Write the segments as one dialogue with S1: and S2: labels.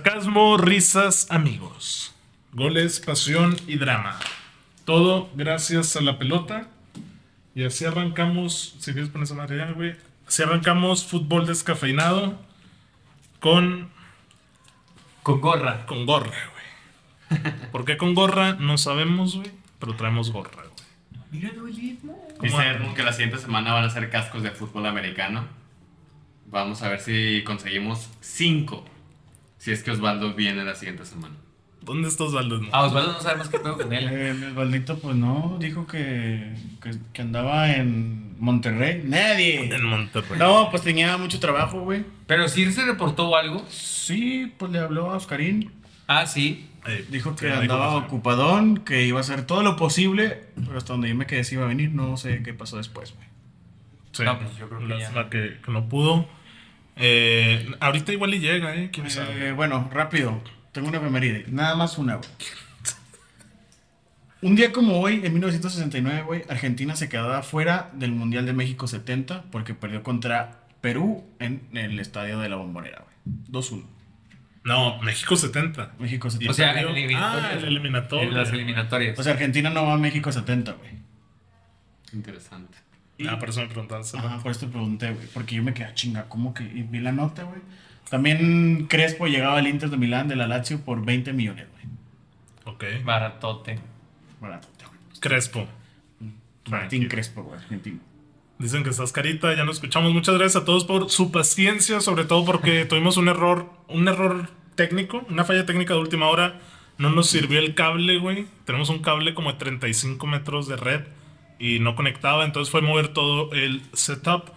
S1: Sarcasmo, risas, amigos. Goles, pasión y drama. Todo gracias a la pelota. Y así arrancamos, si quieres poner esa madre ya, güey. Así arrancamos fútbol descafeinado con,
S2: Con gorra.
S1: con gorra, güey. ¿Por qué con gorra? No sabemos, güey. Pero traemos gorra, güey.
S2: Mira el ritmo.
S1: ¿Cómo
S3: Dice Edmund que la siguiente semana van a ser cascos de fútbol americano. Vamos a ver si conseguimos cinco. Si es que Osvaldo viene la siguiente semana.
S1: ¿Dónde estás, Osvaldo?
S4: Ah,
S2: A Ah, Osvaldo no sabemos qué pedo con él.
S4: Eh, el Osvaldito, pues no, dijo que, que, que andaba en Monterrey. Nadie.
S1: En Monterrey.
S4: No, pues tenía mucho trabajo, güey.
S2: Pero si se reportó algo.
S4: Sí, pues le habló a Oscarín.
S2: Ah, sí.
S1: Eh,
S4: Dijo que
S1: sí,
S4: andaba
S1: dijo que sí.
S4: ocupadón, que iba a hacer todo lo posible, pero hasta donde yo me quedé si iba a venir, no sé qué pasó después, güey.
S1: Sí,
S2: No, pues, yo creo que
S1: lástima que, que no pudo. Eh, ahorita igual y llega, ¿eh? ¿Quién sabe?
S4: Eh, bueno, rápido. Tengo una efeméride. Nada más una, güey. Un día como hoy, en 1969, güey, Argentina se quedaba fuera del Mundial de México 70 porque perdió contra Perú en el estadio de la Bombonera, güey. 2-1.
S1: No, México 70.
S4: México
S1: Y
S2: O
S4: 70.
S2: sea,
S1: perdió-
S2: el eliminatorio.
S1: Ah, el eliminatorio.
S2: En las eliminatorias.
S4: O sea, Argentina no va a México 70, güey.
S3: Interesante.
S1: Ah, por eso me preguntaban. hace
S4: Ajá,
S1: rato.
S4: por esto pregunté, güey. Porque yo me quedé "Ah, chinga, ¿cómo que? Y vi la nota, güey. También Crespo llegaba al Inter de Milán de la Lazio por 20 millones, güey.
S1: Ok.
S2: Baratote.
S4: Barato, güey.
S1: Crespo.
S4: Martín Crespo, güey, argentino.
S1: Dicen que estás carita, ya nos escuchamos. Muchas gracias a todos por su paciencia, sobre todo porque tuvimos un error, un error técnico, una falla técnica de última hora. No nos sirvió el cable, güey. Tenemos un cable como de 35 metros de red y no conectaba, entonces fue mover todo el setup.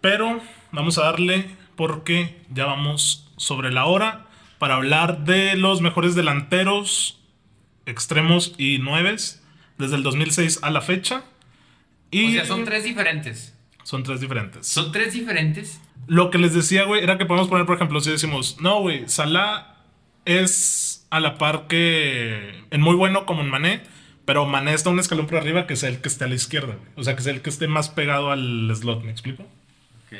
S1: Pero vamos a darle porque ya vamos sobre la hora para hablar de los mejores delanteros, extremos y nueves desde el 2006 a la fecha. Y
S2: O sea, son tres diferentes.
S1: son tres diferentes.
S2: Son tres diferentes.
S1: Lo que les decía, güey, era que podemos poner, por ejemplo, si decimos, no, güey, Salah es a la par que en muy bueno como en Mané, pero Mané está un escalón por arriba que es el que esté a la izquierda, güey. O sea, que es el que esté más pegado al slot, ¿me explico?
S3: Ok.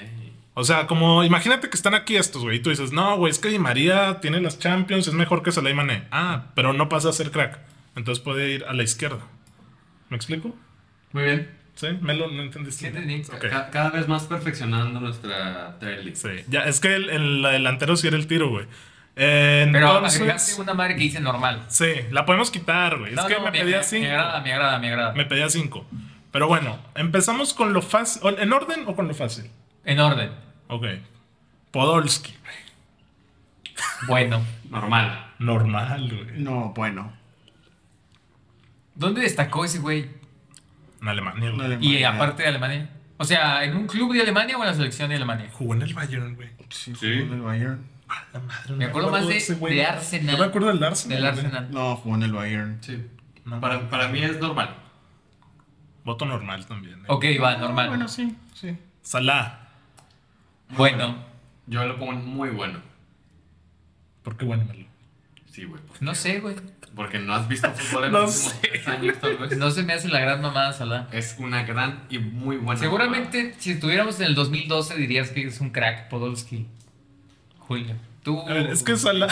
S1: O sea, como imagínate que están aquí estos, güey, y tú dices, no, güey, es que Di María tiene las Champions, es mejor que Salah y Mané. Ah, pero no pasa a ser crack, entonces puede ir a la izquierda. ¿Me explico?
S3: Muy bien.
S1: ¿Sí? Melo, no entendiste.
S2: Sí, entendí.
S1: Ok.
S3: Ca- cada vez más perfeccionando nuestra trail list.
S1: Sí, ya, es que el, el delantero sí era el tiro, güey. Eh,
S2: Pero
S1: entonces-
S2: agregaste una madre que dice normal.
S1: Sí, la podemos quitar, güey. es
S2: No,
S1: que
S2: no,
S1: me pedía
S2: Me
S1: cinco.
S2: agrada, me agrada, me agrada.
S1: Me pedía cinco. Pero bueno, empezamos con lo fácil. o- ¿En orden o con lo fácil?
S2: En orden.
S1: Ok. Podolski, güey.
S2: Bueno.
S3: Normal.
S1: Normal, güey.
S4: No, bueno.
S2: ¿Dónde destacó ese güey?
S1: En Alemania, güey.
S4: Alemania.
S2: Y aparte de Alemania. O sea, ¿en un club de Alemania o en la selección de Alemania?
S1: Jugó en el Bayern, güey.
S4: Sí, jugó
S3: Sí.
S4: en el Bayern.
S1: A la madre, no
S2: Me acuerdo más de-
S1: ese güey.
S2: de Arsenal.
S1: Yo me acuerdo del Arsenal.
S2: Del
S1: güey.
S2: Arsenal.
S4: No, jugó en el Bayern.
S3: Sí.
S1: No,
S3: Para, para mí es normal.
S1: Voto normal también. eh.
S2: Ok, va, Ah, normal.
S4: Bueno, sí, sí.
S1: Salah.
S2: Bueno,
S3: Yo lo pongo en muy bueno.
S1: ¿Por qué bueno, Melo?
S3: Sí, güey. por-
S2: no sé, güey.
S3: Porque no has visto fútbol en
S1: No
S3: los últimos
S1: sé.
S3: tres años, tal vez.
S2: No se me hace la gran mamada Salah.
S3: Es una gran y muy buena.
S2: Seguramente si estuviéramos en el 2012 dirías que es un crack Podolski. Julio. Tú
S1: A ver, es que Salah.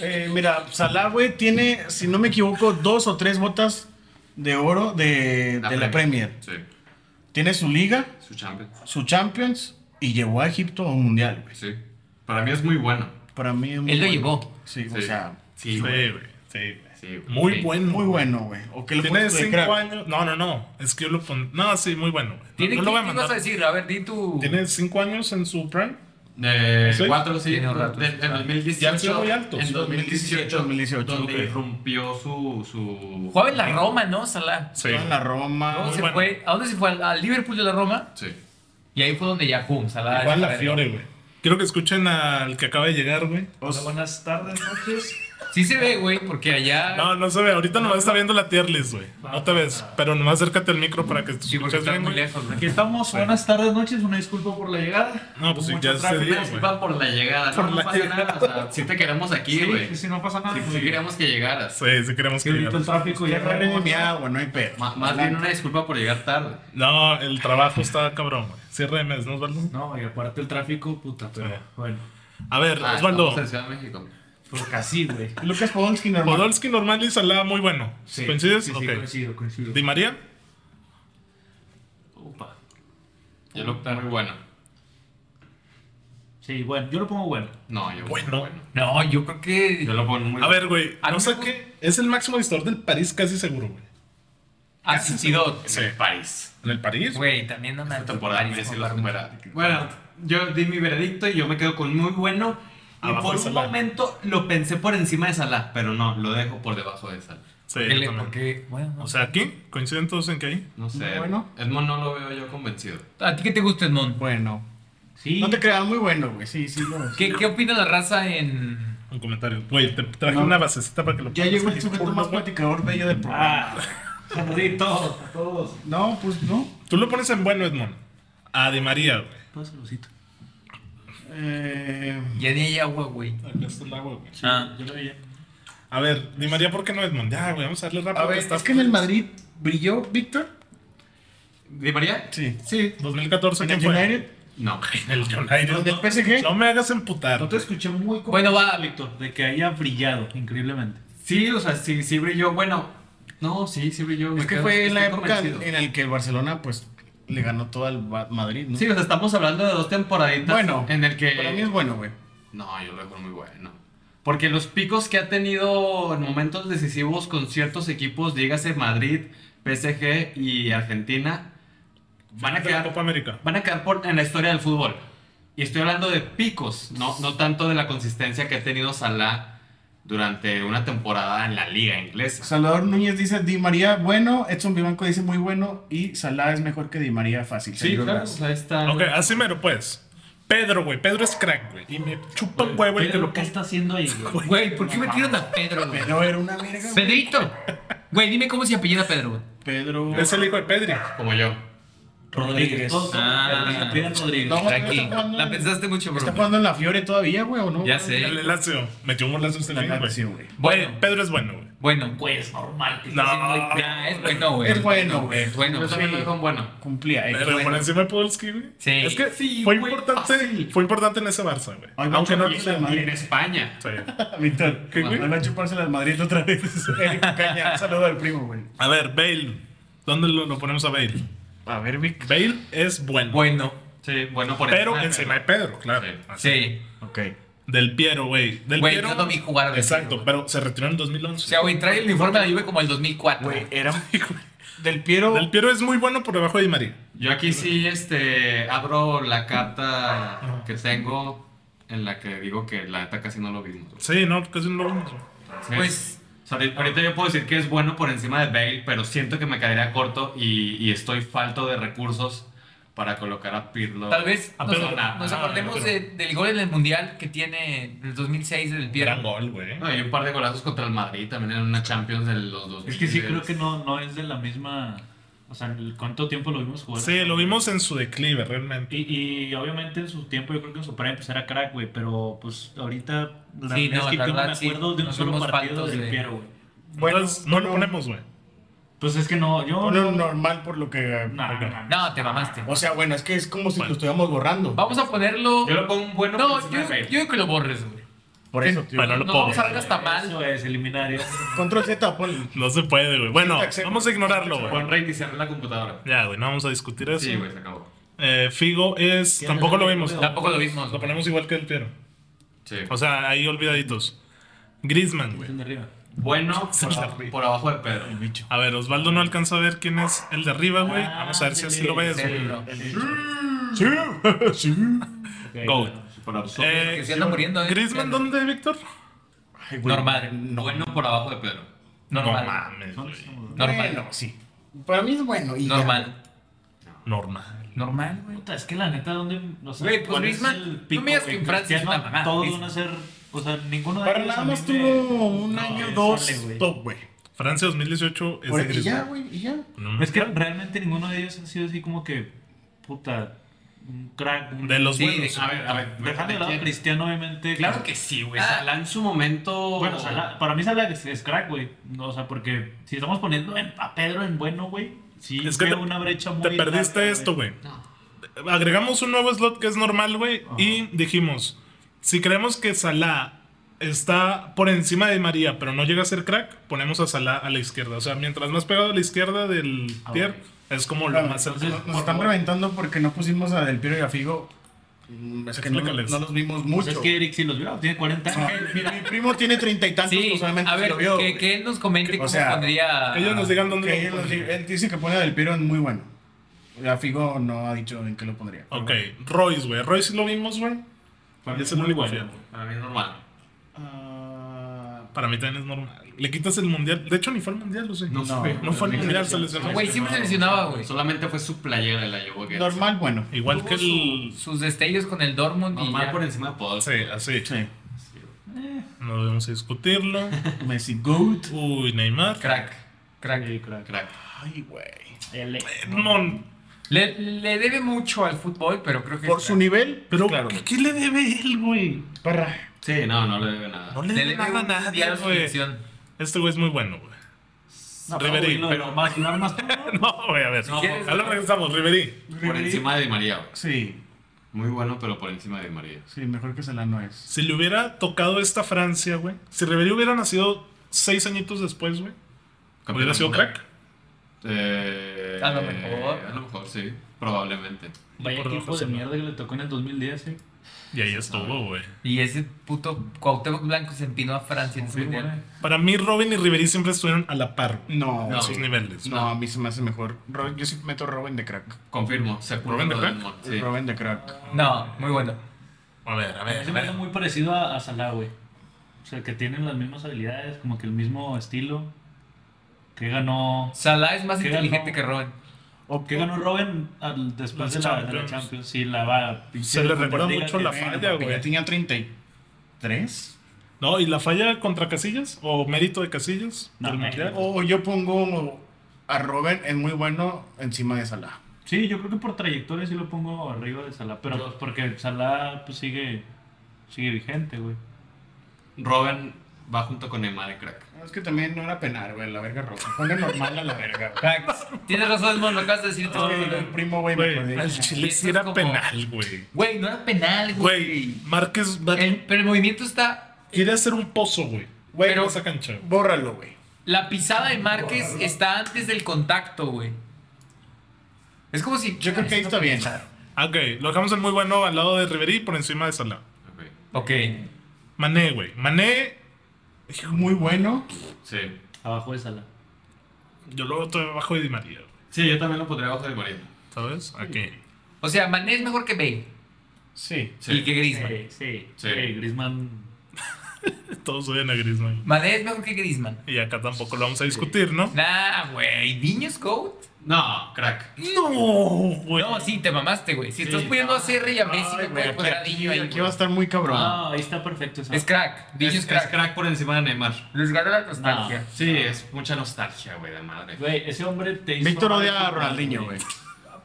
S4: Eh, mira, Salah, güey, tiene, si no me equivoco, dos o tres botas de oro de, de la Premier.
S3: Sí.
S4: Tiene su liga,
S3: Su champion.
S4: su Champions y llevó a Egipto a un mundial, güey.
S3: Sí. Para mí es muy bueno.
S4: Para mí es muy
S2: Él lo
S4: bueno.
S2: llevó.
S4: Sí, o
S3: Sí.
S4: sea,
S3: Sí,
S1: Sí,
S3: güey.
S1: güey. Sí, güey.
S3: Sí, güey.
S1: Muy
S3: Sí.
S1: bueno.
S4: muy
S1: güey.
S4: bueno, güey. O que lo
S1: Tiene
S4: pones de
S1: 5
S4: crack.
S1: años. No, no, no. Es que yo lo pon... No, sí, muy bueno, güey.
S2: ¿Tiene
S1: no
S2: que,
S1: lo voy a
S2: ¿qué
S1: mandar.
S2: vas a decir? A ver, di tu...
S1: Tiene 5 años en su prime.
S3: Eh,
S1: ¿Sí?
S3: Cuatro, sí.
S2: Tiene un rato,
S3: De-
S2: sí,
S3: en
S2: claro.
S3: 2018.
S1: Ya han sido muy altos.
S3: En 2018.
S4: 2018,
S3: donde
S1: ok.
S3: rompió su, su.
S2: Jugaba en la Roma, ¿no, Salah?
S1: Sí.
S4: Toda la Roma.
S2: ¿Dónde
S1: Muy
S2: se
S1: bueno.
S2: fue? ¿A dónde se fue? ¿Al al Liverpool de la Roma?
S3: Sí.
S2: Y ahí fue donde ya, pum, Salah.
S1: Igual la Fiore, güey. Quiero que escuchen al que acaba de llegar, güey.
S5: buenas tardes, noches.
S2: Sí se ve, güey, porque allá...
S1: No, no se ve. Ahorita nomás está viendo la tier list, güey.
S5: Ah,
S1: No te ves. Pero nomás acércate al micro para que te
S2: sí, porque
S1: escuches
S2: está
S1: bien,
S2: muy
S1: güey.
S2: lejos,
S5: Aquí
S2: güey.
S5: estamos. Buenas tardes, noches. Una disculpa por la llegada.
S1: No, pues sí,
S5: Hubo
S1: ya
S5: mucho
S1: se
S5: tráfico.
S1: dio,
S3: Una
S1: güey.
S3: disculpa por la llegada.
S1: Por
S3: no, no
S1: la
S3: pasa nada. O sea, sí te queremos aquí, güey.
S5: Sí,
S3: Sí,
S5: si no pasa nada. pues
S3: sí queríamos que llegaras.
S1: Sí, sí queremos
S5: Que
S1: que
S5: ahorita el
S1: llegue.
S5: tráfico ya
S4: Agarré
S5: acabó,
S4: mi
S5: ¿no?
S4: agua, no hay pedo.
S3: Ma- más bien una disculpa por llegar tarde.
S1: No, el trabajo está cabrón, güey. Cierre de mes, ¿no, Osvaldo?
S5: No, y aparte el tráfico, puta, pero
S1: Sí.
S5: bueno.
S1: A ver,
S3: Ah,
S1: Osvaldo.
S2: pues,
S3: estamos en Ciudad de México.
S5: Pues casi, güey.
S4: Lucas Podolski normal.
S1: Podolski, normal y Salah, muy bueno.
S5: Sí,
S1: ¿Coincides?
S5: Sí, sí,
S1: ok.
S5: coincido, coincido.
S1: Di María,
S5: Opa.
S3: Yo lo pongo muy bueno.
S5: Sí, bueno, yo lo pongo bueno.
S3: No, yo
S1: Bueno.
S2: No, yo creo que.
S3: Yo lo pongo muy
S1: a ver, güey.
S2: A
S1: No
S2: mí
S1: sé
S2: me gusta-
S1: qué. Es el máximo distribuidor del París, casi seguro, güey.
S2: Asistido.
S3: Sí, París.
S1: En el París.
S2: Güey, también no me
S3: Esta temporada Messi lo supera.
S6: Bueno, yo di mi veredicto y yo me quedo con muy bueno. Y
S1: Abajo
S6: por
S1: de
S6: un
S1: Salah.
S6: momento lo pensé por encima de Salah, pero no, lo
S3: Lo
S6: dejo.
S3: dejo por debajo de Salah.
S1: Sí, yo
S2: Porque,
S1: también.
S2: porque, bueno, no
S1: O sea, aquí coinciden todos en que ahí.
S3: No sé.
S4: Bueno.
S3: Edmond no lo veo yo convencido.
S2: ¿A ti qué te gusta, Edmond?
S4: Bueno.
S5: Sí.
S4: No te creas, muy bueno, güey. Sí, sí, lo es.
S2: ¿Qué, ¿Qué opina la raza en.
S1: Un comentario. Güey, te traje
S4: No.
S1: una basecita para que lo
S4: Ya
S1: pongas
S4: llegó el
S1: ahí,
S4: sujeto
S1: por
S4: más
S1: favor.
S4: platicador bello del programa.
S5: Ah, saluditos a todos.
S4: No, pues no.
S1: Tú lo pones en bueno, Edmond. A Di María, güey.
S5: Pásalo, cito.
S4: Eh,
S2: Ya ni hay agua, güey.
S1: Acá está el agua, güey.
S2: Ah,
S4: yo lo veía.
S1: A ver, Di María, ¿por qué no Edmond? Ya, güey, vamos a darle rápido.
S4: A ver,
S1: está-
S4: es que en el Madrid brilló Víctor.
S3: ¿Di María?
S4: Sí.
S6: Sí.
S1: 2014,
S4: En
S1: ¿quién
S4: el
S1: fue?
S4: United.
S3: No.
S1: En el United.
S4: ¿En el
S1: ¿no?
S4: PSG?
S1: No me hagas emputar.
S5: No te escuché muy convencido,
S2: Bueno, va.
S5: Víctor, de que haya brillado increíblemente.
S6: Sí, o sea, sí, sí brilló. Bueno, no, sí, sí brilló.
S4: Es
S6: me
S4: que
S6: quedo-
S4: fue en la
S6: estoy
S4: época
S6: convencido.
S4: en el que el Barcelona, pues, le ganó todo al Ba- Madrid, ¿no?
S6: Sí, o sea, estamos hablando de dos temporaditas
S4: Bueno,
S6: en el que...
S4: Para mí es bueno, güey.
S3: No, yo lo dejo muy bueno.
S6: Porque los picos que ha tenido en momentos decisivos con ciertos equipos, dígase Madrid, PSG y Argentina, van a
S1: De la
S6: quedar,
S1: Copa América.
S6: van a quedar por- en la historia del fútbol. Y estoy hablando de picos, no, no tanto de la consistencia que ha tenido Salah durante una temporada en la liga inglesa.
S4: Salvador Núñez dice Di María bueno, Edson Vivanco dice muy bueno y Salah es mejor que Di María fácil.
S6: Sí,
S4: seguro,
S6: claro, o
S4: ¿verdad?
S6: sea, ahí
S3: Ah,
S6: está.
S1: Ok, así mero, pues. Pedro, güey. Pedro es crack, güey. Y me chupa un huevo el que
S5: Pedro,
S1: lo
S5: ¿Qué está haciendo ahí, güey?
S2: güey, ¿por qué me tiran a Pedro, güey?
S4: Pero era una verga. güey.
S2: Pedrito. Güey, dime cómo se apellida Pedro, güey.
S4: Pedro
S1: Es el hijo de Pedri.
S3: Como yo.
S5: Rodríguez. Todos son
S2: Ah.
S5: Pedro, Pedro Rodríguez.
S4: No,
S2: Tranqui.
S4: está jugando
S2: La
S4: en-
S2: pensaste mucho,
S4: está
S2: bro.
S4: jugando en la Fiore todavía, güey, o no?
S2: Ya sé.
S1: El Lazio. Metió un golazo este
S4: La
S1: fin, güey.
S4: Lazio, güey.
S1: Güey, Pedro es bueno, güey.
S2: Bueno, güey.
S5: Güey, es normal. que
S1: No.
S5: esté haciendo ahí.
S2: Nah, es bueno, güey.
S4: Es bueno, güey.
S2: Es bueno.
S3: Yo también lo dejo en bueno.
S4: Cumplía. eh.
S1: Pero por encima de Podolski, güey.
S2: Sí.
S1: Es que
S6: Sí,
S1: fue,
S6: güey,
S1: importante,
S6: fácil.
S1: fue importante en ese Barça, güey.
S4: Hoy va
S1: Aunque
S4: a
S1: no.
S4: chuparse la
S3: Y en
S4: Madrid.
S3: España.
S1: Sí.
S4: Víctor,
S1: ¿Qué, güey?
S4: hoy va a chuparse la Madrid otra vez. Eric Caña, un saludo al primo, güey.
S1: A ver, Bale. ¿Dónde lo, lo ponemos a Bale?
S4: A ver, Vic.
S1: Bale es bueno.
S2: Bueno,
S3: Sí, bueno por
S1: pero
S3: encima de
S1: encima de
S3: Pedro.
S1: Pedro, claro.
S3: Sí.
S1: Así.
S2: sí.
S4: Ok.
S1: Del Piero, güey. Del
S2: Güey,
S1: Piero.
S2: yo no vi jugar del
S1: Exacto,
S2: Piero,
S1: pero se retiró en el 2011.
S2: O sea, güey, trae el uniforme de la Juve como el 2004.
S4: Ah. Güey, era del Piero.
S1: Del Piero es muy bueno por debajo de Di María.
S3: Yo aquí sí este, abro la carta que tengo en la que digo que la neta casi no lo vimos.
S1: Sí, no, casi no lo vimos. güey.
S3: Entonces,
S2: Pues,
S3: o sea, ahorita- ahorita yo puedo decir que es bueno por encima de Bale, pero siento que me caería corto y, y estoy falto de recursos para colocar a Pirlo.
S2: tal vez
S1: Ah,
S2: nos,
S1: pero-
S2: nos
S1: ah,
S2: acordemos
S1: pero-
S2: de- del gol en el Mundial que tiene el 2006 del
S1: Gran
S2: Piero.
S1: gol, güey.
S3: No, y un par de golazos contra el Madrid también en una Champions de los dos.
S5: Es que sí, creo que no, no es de la misma. O sea, el- ¿cuánto tiempo lo vimos jugar?
S1: Sí, lo vimos en su declive, realmente.
S5: Y, y obviamente en su tiempo, yo creo que en su prime pues era crack, güey. Pero pues ahorita, la
S2: Sí,
S5: verdad
S2: no,
S5: es que
S2: la
S5: yo no
S2: verdad, sí,
S5: me acuerdo de un
S2: nos
S5: solo
S2: fuimos
S5: partido
S2: faltos
S5: del
S2: de-
S5: Piero, güey.
S1: Bueno, Entonces, no lo ponemos, güey.
S5: Pues es que no, yo.
S4: Ponlo normal por lo que. eh,
S5: Nah, nah, nah.
S2: No, te mamaste.
S4: O sea, bueno, es que es como si lo estuviéramos borrando.
S2: Vamos a ponerlo.
S3: Yo lo pongo un bueno por
S2: No,
S3: encima
S2: yo,
S3: de Bale.
S2: yo digo que lo borres, güey.
S4: Por eso, tío.
S1: Bueno,
S2: No
S1: lo
S2: vamos a
S1: pongo.
S2: ver hasta mal.
S5: Eso es, eliminar eso.
S4: Control Z, ponlo.
S1: No se puede, güey. Bueno,
S4: Sí, te
S1: vamos a ignorarlo, güey.
S3: Pon reiniciar la computadora.
S1: Ya, güey, no vamos a discutir eso.
S3: Sí, güey, se acabó.
S1: Eh, Figo es. Tampoco lo vimos.
S2: Tampoco lo vimos.
S1: Lo
S2: güey.
S1: ponemos igual que el Piero.
S3: Sí.
S1: O sea, ahí olvidaditos. Griezmann, güey.
S5: Son de arriba.
S3: Bueno,
S1: Se la
S3: por,
S1: ríe.
S3: por abajo de Pedro.
S4: El bicho.
S1: A ver, Osvaldo no alcanza a ver quién es el de arriba, güey.
S5: Ah,
S1: Vamos a ver si
S5: sí,
S1: así lo ves,
S2: Sí,
S1: güey.
S2: bro.
S1: Sí, sí.
S5: Ok,
S1: Goat.
S5: bueno.
S3: Por absurdo.
S1: Eh,
S2: que se anda muriendo, eh.
S1: ¿Griezmann dónde, Víctor?
S4: Ay, güey.
S2: Normal.
S3: Bueno por abajo de Pedro.
S1: No
S2: Normal.
S1: mames, güey.
S2: Normal.
S4: Bueno, sí. Para mí es bueno. Y ya.
S2: Normal.
S1: Normal.
S2: Normal, güey.
S5: Puta, es que la neta, ¿dónde.? No sé.
S2: Güey, pues,
S5: cuál es
S2: Griezmann,
S5: el
S2: no
S5: pico,
S2: me digas que
S5: güey?
S2: en Francia es
S5: Cristiano,
S2: una mamada.
S5: Todos
S2: Griezmann.
S5: van a ser. O sea, ninguno de
S4: Para
S5: ellos
S4: nada
S5: a mí
S4: más
S5: me-
S4: tuvo un año,
S5: me
S4: dos
S5: sale, güey.
S4: top, güey.
S1: Francia 2018 es
S4: Por-
S1: de
S4: Y ya,
S1: Griezmann.
S4: güey, y ya.
S1: No,
S5: Es que realmente ninguno de ellos ha sido así como que. Puta. Un crack. un-
S1: De los
S2: Sí,
S1: buenos.
S3: A ver, a ver.
S5: Dejando de lado a
S3: ¿quién?
S5: Cristiano, obviamente. pues,
S3: Claro que sí, güey.
S2: Ah.
S3: Salah en su momento.
S5: Bueno, Salah- para mí Salah es, es crack, güey. No, o sea, porque si estamos poniendo en- a Pedro en bueno, güey, sí
S1: Es que
S5: veo
S1: te-
S5: una brecha muy
S1: Te perdiste
S5: larga,
S1: esto, güey. Agregamos un nuevo slot que es normal, güey. Y dijimos, si creemos que Salah está por encima de María, pero no llega a ser crack, ponemos a Salah a la izquierda. O sea, mientras más pegado a la izquierda del
S5: Ah,
S1: tier,
S5: ok.
S1: es como lo
S4: Claro,
S1: más cerca.
S4: nos, nos están reventando porque no pusimos a Del Piro y a Figo. Mm, Es que no,
S1: Explícales.
S4: no los vimos
S5: Pues
S4: mucho.
S5: es que Eric sí los vio, tiene 40
S4: Ah,
S5: años.
S4: mi, mi primo tiene treinta y tantos,
S2: Sí,
S4: pues obviamente
S2: a
S4: sí
S2: ver,
S4: lo vio.
S2: que,
S4: güey.
S2: que él nos comente
S4: O
S2: cómo
S4: sea,
S2: pondría.
S1: Ellos nos digan dónde
S4: Que
S1: lo
S4: él, los
S1: pondrían.
S4: di- él dice que pone a Del Piro en muy bueno. A Figo no ha dicho en qué lo pondría. pero
S1: Ok,
S4: bueno.
S1: Royce, güey. Royce sí lo vimos, güey. Y
S5: Para mí
S1: es
S5: es
S1: el
S5: muy
S1: único
S5: bueno.
S1: fiel.
S3: Para mí es normal.
S4: Ah,
S1: Para mí también es normal. Le quitas el mundial. De hecho, ni fue al mundial, lo sé.
S3: No,
S4: No,
S3: fue.
S1: No fue al
S4: ni
S1: mundial, se
S4: siquiera.
S1: lesionó.
S2: Güey, siempre se lesionaba, güey.
S3: Solamente fue su playera la llevó Goetz.
S4: normal, bueno.
S1: Igual que el.
S2: Sus destellos con el Dortmund y
S3: Normal
S2: ya.
S3: por encima de Podolski.
S1: Sí, así.
S4: Sí.
S1: No debemos discutirlo.
S4: Messi Goat.
S1: Uy, Neymar.
S2: Crack. Crack.
S5: Sí, crack.
S3: Crack.
S4: Ay, güey.
S5: El-
S1: Edmond.
S2: Le, le debe mucho al fútbol, pero creo que.
S4: Por
S2: es
S4: su
S2: crack.
S4: nivel,
S1: Pero,
S4: claro.
S1: ¿qué, qué le debe él, güey?
S4: Parra.
S3: Sí, no, no le debe nada.
S1: No le
S2: Le
S1: debe
S2: debe
S1: nada a
S2: un
S1: nadie,
S2: mundial a su
S1: güey.
S2: selección.
S1: Este güey es muy bueno, güey.
S5: No,
S1: Ribery,
S5: pero,
S1: pero-
S5: pero más, nada más tú, ¿no?
S1: No, güey, a ver.
S2: Si quieres-
S1: Ahora regresamos, Riverí.
S3: Por encima de Di María, güey.
S4: Sí,
S3: Muy bueno, pero por encima de Di María.
S4: sí, mejor que Salah no es.
S1: Si le hubiera tocado esta Francia, güey. Si Riverí hubiera nacido seis añitos después, güey.
S3: Campeón
S1: Hubiera
S3: del
S1: sido
S3: mundo.
S1: crack.
S3: Eh,
S2: A lo mejor.
S3: A lo mejor, sí. Probablemente.
S5: Vaya
S1: Por
S5: equipo
S1: rojo,
S5: de
S1: sí, no.
S5: mierda que le tocó en el 2010, ¿eh?
S1: Y ahí estuvo, güey.
S2: Y ese puto Cuauhtémoc Blanco se empinó a Francia en ese
S5: Confirmo,
S2: mundial.
S5: ¿eh?
S1: Para mí, Robin y Riverí siempre estuvieron a la par güey,
S4: No,
S1: en
S3: No.
S1: sus
S4: sí.
S1: niveles.
S4: No, a mí se me hace mejor. Ro- Yo sí meto Robin de crack.
S3: Confirmo. Se
S1: ¿Rubén de
S3: lo de
S1: crack?
S3: Edmond, Sí.
S4: Robin de crack.
S2: No, muy bueno.
S1: A ver, a ver.
S5: Se
S1: a
S5: me
S1: ver.
S5: hace muy parecido a, a Salah, güey. O sea, que tienen las mismas habilidades, como que el mismo estilo. Que ganó.
S2: Salah es más
S5: ¿Qué
S2: inteligente
S5: ganó?
S2: que Robin.
S5: O que ganó Robin al- después de
S1: Las
S5: la, de la
S1: Champions.
S5: Champions. Sí, la va.
S1: Se le recuerda
S5: Bundesliga
S1: mucho
S5: que-
S1: la
S4: Bueno,
S1: falla,
S4: papi,
S1: güey.
S4: ya tenía 33.
S1: No, ¿y la falla contra Casillas? ¿O mérito de Casillas?
S5: No, Oh,
S1: del Mundial?
S4: O yo pongo a Robin en muy bueno encima de Salah.
S5: Sí, yo creo que por trayectoria sí lo pongo arriba de Salah. Pero pues, porque Salah pues, sigue, sigue vigente, güey.
S3: Robin va junto con Neymar en crack.
S4: No, Es que también no era penal, güey, la verga roja. Ponle normal a la verga, güey.
S2: Cracks. Tienes razón, Edmond, lo acabas de decir. tú.
S4: Es que el primo, güey, me
S1: Güey,
S4: acordé.
S1: al Chile
S2: Eso
S1: sí
S2: es
S1: era
S2: como-
S1: penal, güey.
S2: Güey, no era penal,
S1: Güey,
S2: güey.
S1: Márquez va-
S2: El- pero el movimiento está.
S1: quiere hacer un pozo, güey.
S4: Güey,
S1: en
S2: pero-
S1: esa cancha.
S4: Bórralo, güey.
S2: La pisada de Márquez está antes del contacto, güey. Es como si.
S4: Yo creo que ahí está bien.
S1: Ok, lo dejamos en muy bueno al lado de Riverí por encima de Salah.
S3: Ok.
S2: Ok.
S1: Mané, güey. Mané,
S4: Muy bueno.
S3: Sí.
S5: Abajo de Salah.
S1: yo lo veo abajo de Di María, güey,
S3: Sí, yo también lo pondría abajo de Di María.
S1: ¿sabes? Aquí.
S2: O sea, Mané es mejor que Bale
S4: Sí.
S3: Sí.
S2: y que Griezmann.
S5: Sí, sí.
S3: Sí.
S5: Eh, Griezmann.
S1: Todos odian a Griezmann.
S2: Mané es mejor que Griezmann.
S1: Y acá tampoco lo vamos a discutir, ¿no?
S2: Nah, güey. ¿Viño es GOAT?
S3: No, crack.
S1: No, güey.
S2: No, sí, te mamaste, güey. Si estás poniendo a Cerri y a Messi, me puedes poner a Viño ahí.
S4: Aquí va a
S2: güey.
S4: estar muy cabrón.
S5: Ah, ahí está perfecto. Salah.
S2: Es crack. Viño
S3: Es,
S2: es,
S3: es
S2: crack.
S3: crack. por encima de Neymar.
S2: Les ganó la nostalgia.
S5: No.
S3: Sí, es mucha nostalgia, güey, de madre.
S5: Güey, ese hombre te hizo.
S4: Víctor odia a Ronaldinho, güey.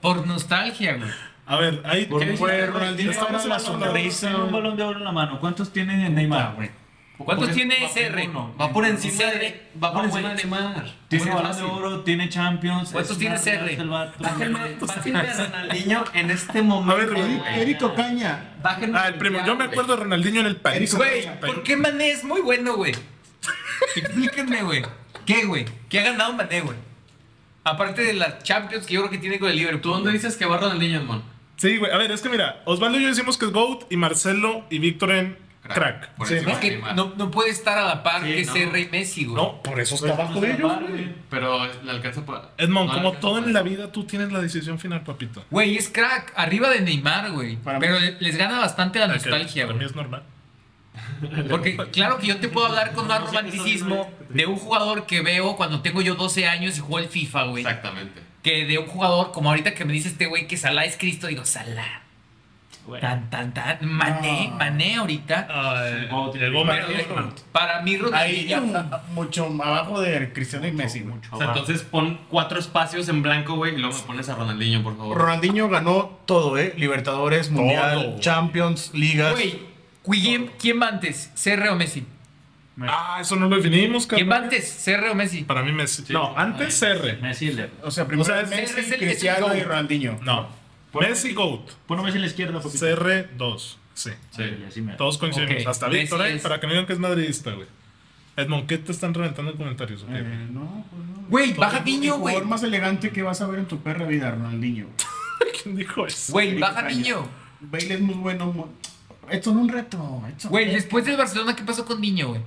S2: Por nostalgia, güey.
S1: A ver, ahí.
S4: Por
S1: ¿qué
S4: un
S1: dices?
S4: fue Ronaldinho
S1: Estamos
S4: era la
S1: hablando de-
S4: sonrisa.
S5: Tiene un balón de oro en la mano. ¿Cuántos tiene Neymar, güey?
S2: ¿Cuántos
S3: Por-
S2: tiene
S3: va-
S2: SR?
S5: uno.
S3: Va por encima
S2: Sí,
S3: de, va por
S5: no,
S3: encima de
S5: güey.
S3: Neymar.
S5: Tiene
S2: Muy
S5: balón de
S2: fácil.
S5: oro, tiene Champions.
S2: ¿Cuántos
S5: es
S2: tiene
S5: una
S2: CR?
S5: raza el vato.
S2: Bájenme, bájenme a Ronaldinho.
S3: Niño, en este momento.
S1: A ver, Riverí.
S4: Eric Ocaña.
S2: Bájenme
S1: Ah, el primo. Yo me acuerdo de Ronaldinho en el París.
S2: Güey, ¿por qué Mané es muy bueno, güey? Explíquenme, güey. ¿Qué, güey? ¿Qué ha ganado Mané, güey? Aparte de las Champions que yo creo que tiene con el Liverpool.
S3: ¿Tú dónde dices que va Ronaldinho, Edmond?
S1: Sí, güey. A ver, es que mira, Osvaldo y yo decimos que es GOAT y Marcelo y Víctor en
S3: Crack.
S1: crack.
S3: Por
S1: Sí,
S3: encima.
S1: ¿no?
S2: Es que no, no puede estar a la par
S3: Sí,
S2: que
S3: no.
S2: CR y Messi, güey.
S1: No, por eso está
S5: Pues,
S1: abajo
S5: no
S1: de
S5: se
S1: ellos,
S5: la
S1: güey.
S5: paran,
S3: Pero le alcanza por.
S1: Edmond,
S3: no le
S1: como
S3: alcanza
S1: todo
S3: por-
S1: en la vida, tú tienes la decisión final, papito.
S2: Güey, es crack. Arriba de Neymar, güey.
S4: Para mí-
S2: Pero le- les gana bastante la
S1: Para que-
S2: nostalgia,
S1: Para mí
S2: güey.
S1: es normal.
S2: Porque claro que yo te puedo hablar con más
S5: No sé qué está
S2: romanticismo
S5: viendo
S2: de un jugador que veo cuando tengo yo 12 años y juego el FIFA, güey.
S3: Exactamente.
S2: Que de un jugador como ahorita que me dice este güey que Salah es Cristo, digo, Salah.
S5: güey.
S2: Tan, tan, tan. Mané,
S4: No.
S2: mané ahorita.
S1: Ay,
S5: Goat.
S1: llegó
S2: Pero,
S1: Mané.
S2: para mí,
S4: Ahí
S2: Ronaldinho.
S4: mm, mucho abajo de Cristiano y Messi, güey.
S5: Mucho
S3: O sea,
S5: abajo.
S3: entonces pon cuatro espacios en blanco, güey, y luego me pones a Ronaldinho, por favor.
S4: Ronaldinho ganó todo, ¿eh? Libertadores, Mundial,
S1: güey.
S4: Champions, Ligas.
S2: Güey, ¿quién, quién va antes? ¿CR o Messi?
S1: Ah, eso no lo definimos,
S2: ¿Quién va
S1: cabrón.
S2: antes? ¿CR o Messi?
S1: Para mí Messi. No, antes CR.
S5: Messi le.
S4: O sea, primero
S1: O sea, es-
S4: Messi,
S2: es el- es el
S4: Cristiano
S2: GOAT.
S4: y Ronaldinho.
S1: No. Messi GOAT.
S5: Ponlo Messi en la izquierda, papito.
S1: CR 2. Sí.
S5: Sí. sí me...
S1: Todos coincidimos.
S2: Ok,
S1: Hasta
S2: Messi
S1: Víctor, ¿eh?
S2: es-
S1: para que no digan que es madridista, güey. Edmond, ¿qué te están reventando en comentarios? ok, güey?
S4: Eh, no, pues no.
S2: Güey, baja
S4: El
S2: Viño, güey.
S4: jugador más elegante que vas a ver en tu perra vida, Ronaldinho. güey.
S1: ¿Quién dijo eso?
S2: Güey, baja
S4: Caña.
S2: Viño.
S4: Bale es muy bueno. mu- Esto no es un reto. esto-
S2: Güey, después del Barcelona, ¿qué pasó con Viño, güey?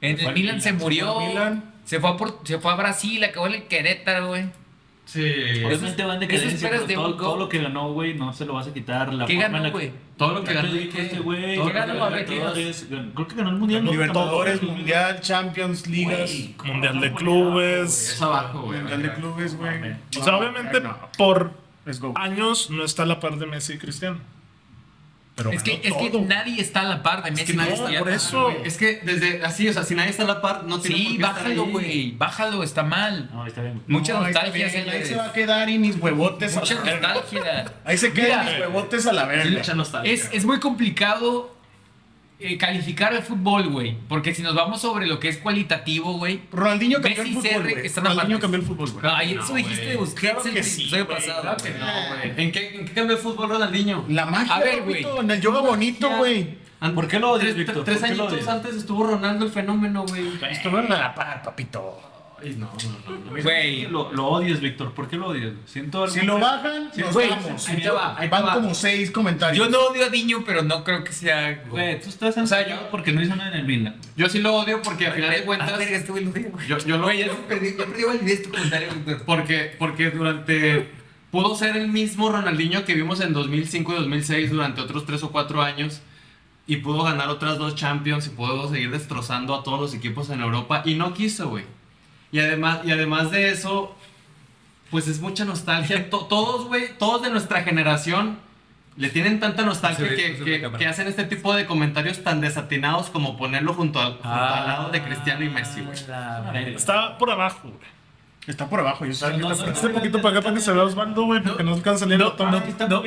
S2: En
S5: Se fue
S2: el Milan
S5: al Milan,
S2: se
S5: se
S2: murió.
S4: fue al Milan.
S2: Se fue, a Por- se fue a Brasil, acabó en el Querétaro, güey.
S3: Sí.
S5: Obviamente van de
S2: eso
S5: cadencia,
S2: esperas
S5: pero
S2: de
S5: todo,
S2: un go-
S5: todo lo que ganó, güey, no se lo vas a quitar. La
S2: ¿Qué
S5: forma en
S2: ganó,
S5: la
S2: güey?
S3: Todo lo que
S5: Ya te
S3: ganó.
S5: dijo
S3: ¿qué?
S5: este güey.
S3: Todo
S5: que
S3: lo que
S5: ganó
S2: ganó,
S5: la
S2: Libertadores?
S5: Libertadores, gan- Creo que ganó el Mundial. ¿no?
S4: Libertadores,
S5: Campeonato.
S4: Mundial, Champions, Ligas.
S5: Güey, ¿cómo
S1: Mundial de
S5: no,
S1: clubes.
S3: Es abajo, güey.
S4: Mundial de clubes, güey.
S5: mames.
S1: O sea,
S4: No,
S1: obviamente
S4: no.
S1: por
S4: Let's go.
S1: años no está a la par de Messi y Cristiano. Pero
S2: Es que,
S1: ganó
S2: es que
S1: todo.
S2: nadie está a la par de Messi.
S3: que nadie
S2: güey.
S3: está-
S2: Ya-
S1: por eso.
S3: Es que desde así, o sea, si nadie está a la par, no tiene por
S2: Sí,
S3: qué estar
S2: bájalo,
S3: ahí.
S2: güey. Bájalo, está mal.
S5: No, está bien. güey.
S2: Mucha
S4: No, ahí está
S2: nostalgia,
S4: bien, Ahí
S2: señores.
S4: se va a quedar y mis huevotes a
S2: Mucha
S4: la verga.
S2: nostalgia.
S4: Ahí se quedan mis huevotes a la
S3: Sí,
S4: verga.
S3: mucha nostalgia.
S2: Es, es muy complicado eh, calificar el fútbol, güey. Porque si nos vamos sobre lo que es cualitativo, güey.
S4: Ronaldinho cambió el
S2: Messi y
S4: fútbol,
S2: CR
S4: güey.
S2: están aparte. Ah.
S4: Ronaldinho cambió el fútbol, güey.
S2: Ahí
S3: no,
S2: eso dijiste
S3: güey.
S2: de Busquets
S4: Claro
S2: el
S4: que sí,
S2: episodio
S4: güey.
S2: pasado.
S3: Claro que no, güey. ¿En qué, ¿En qué cambió el fútbol Ronaldinho?
S4: La magia,
S2: A ver,
S4: papito,
S2: güey.
S4: En el yoga bonito, güey.
S3: An-
S5: ¿Por qué lo odias,
S3: tres-
S5: Víctor?
S3: Tres
S5: ¿Por qué lo
S3: añitos
S5: odias?
S3: antes estuvo Ronaldo el fenómeno, güey.
S4: Estuvieron a la par, papito.
S3: Ay, no, no, no. no.
S2: Güey.
S5: Pues Lo, lo odias, Víctor. ¿Por qué lo odias? güey? Siento algo.
S4: Si lo bajan, nos
S2: Güey,
S4: vamos.
S3: Ahí te va, ahí te
S4: Van
S3: va.
S4: como seis comentarios.
S2: Yo no odio a Diño, pero no creo que sea.
S5: Güey, tú estás en.
S2: O sea, yo-
S5: Porque no hizo nada en el Milan.
S3: Yo sí lo odio porque al final de
S2: Ah,
S3: cuentas.
S2: verga, este güey lo odia, güey.
S3: Yo, yo lo
S2: Güey, ya perdí, ya perdí validez tu comentario, Víctor.
S3: Porque, porque durante. Pudo ser el mismo Ronaldinho que vimos en 2005 y 2006 durante otros 3 o 4 años. Y pudo ganar otras dos Champions y pudo seguir destrozando a todos los equipos en Europa. Y no quiso, güey. Y además, y además de eso, pues es mucha nostalgia. To- todos, güey, todos de nuestra generación le tienen tanta nostalgia
S2: Se ve-
S3: que,
S2: se ve
S3: que-
S2: la cámara.
S3: que hacen este tipo de comentarios tan desatinados como ponerlo junto al, junto
S2: Ah.
S3: al lado de Cristiano y Messi, güey.
S2: La verga.
S1: Está por abajo, güey.
S4: Está por abajo. Yo sé que
S5: No,
S4: está
S5: no,
S4: por abajo.
S1: Este poquito para acá para que se vea Osvaldo, güey, porque no alcanza ni el botón.
S5: no, no,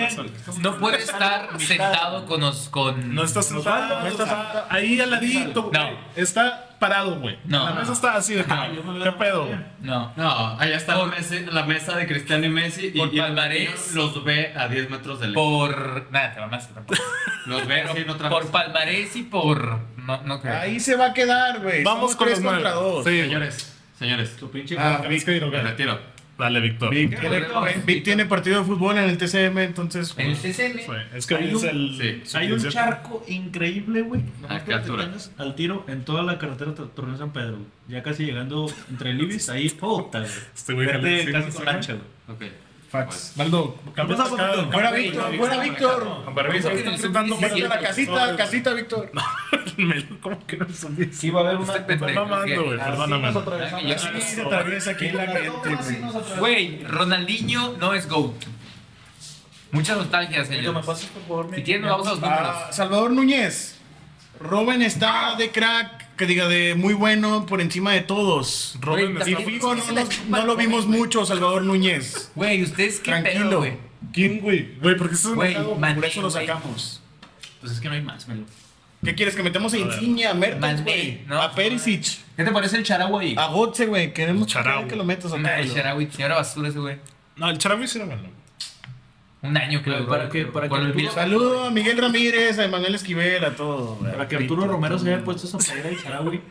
S2: No puede estar sentado con. os- con...
S1: No está sentado,
S4: no está sentado.
S1: Ahí al ladito, güey.
S2: No.
S1: Está parado, güey.
S2: No.
S1: La mesa está así de que,
S5: yo me
S1: ¿Qué
S5: veo-
S1: pedo? güey?
S2: No.
S3: No, allá está
S2: Por-
S3: la, mesa, la mesa de Cristiano y Messi y,
S2: Por
S3: y
S2: palmarés.
S3: los ve a 10 metros de lejos.
S2: Por. Nada, te mamaste tampoco.
S3: Los ve así en otra
S2: Por
S3: mesa.
S2: palmarés y por. No, no creo.
S4: Ahí se va a quedar, güey.
S1: Vamos
S4: Somos
S1: con
S4: tres
S1: los nueve.
S4: contra dos.
S1: Sí, señores.
S3: Señores, señores,
S5: Tu pinche.
S4: Ah,
S1: Tienes que ir, ok.
S3: me retiro.
S1: Dale, Víctor.
S4: Vic tiene,
S2: Correcto.
S4: Vic tiene partido de fútbol en el TCM, entonces.
S2: En el
S4: pues,
S2: TCM.
S1: Sí, Es que
S5: Hay
S1: hoy es
S5: un-
S1: el.
S3: sí.
S5: Hay un
S1: 17.
S5: charco increíble, güey.
S3: ¿A
S5: Nomás
S3: qué
S5: para que
S3: altura?
S5: tengas Al tiro en toda la carretera Tor- Torreón San Pedro. güey. Ya casi llegando entre el Ibis, ahí puta, güey.
S1: Este güey
S5: Verde
S1: jale- sí,
S5: casi
S1: no sé.
S5: con lancha, güey.
S3: Ok. Pues,
S4: Facts.
S1: Valdo, cámbiate
S5: Vamos a
S1: acá.
S5: poquito.
S4: Fuera
S1: cámbiate
S4: Víctor,
S1: acá.
S4: fuera Víctor.
S1: Con permiso,
S2: Porque
S1: están
S2: no
S1: gritando
S2: son
S1: fuera
S4: Fuera
S1: de
S4: la casita, casita, Víctor.
S1: ¿Cómo que no son 10?
S5: Sí, va a haber una.
S2: Este pendejo,
S1: Están mamando,
S2: ok.
S1: güey,
S5: Así
S1: perdóname.
S5: nos atravesamos.
S2: Ya
S4: Sí,
S1: sí,
S4: se atraviesa aquí la gente,
S5: Así
S4: güey.
S5: nos atravesamos.
S2: Güey, Ronaldinho no es GOAT. Mucha nostalgia,
S5: Yo me
S2: señor.
S5: paso, por favor, mi-
S2: Si quieren, nos vamos a los
S4: Ah,
S2: números.
S4: Salvador Núñez. Robin está de crack, que diga de muy bueno por encima de todos.
S1: Robin
S2: Güey,
S1: está-
S4: Y
S2: también-
S4: Figo no, los- no lo vimos mucho, Salvador Núñez.
S2: Güey, ¿ustedes qué pedo,
S4: Tranquilo.
S2: güey?
S1: ¿Quién, güey? Güey, ¿por qué estás
S2: Güey,
S1: enojado?
S2: man-
S4: Por eso lo
S2: güey.
S4: sacamos.
S5: Pues es que no hay más, melo.
S4: ¿Qué quieres? Que metamos a
S1: A ver.
S4: Insigne, a Mertens,
S2: Man,
S4: güey.
S2: no,
S4: a Perisic,
S2: ¿Qué te parece el Charawi?
S4: a Gotze, güey. Queremos
S1: Charau.
S4: que lo metas a
S2: el Charawi, señora basura ese güey.
S1: No, el Charabi sí era bueno.
S2: Un año que lo
S5: Güey,
S2: duró,
S5: ¿para qué-
S2: creo.
S5: para
S2: Con
S5: qué
S2: el
S5: lo
S2: Milan-
S4: Saludo a Miguel Ramírez, a Emanuel Esquivel, a todo. güey.
S5: Para que Arturo Romero se haya puesto esa playera de Charawi,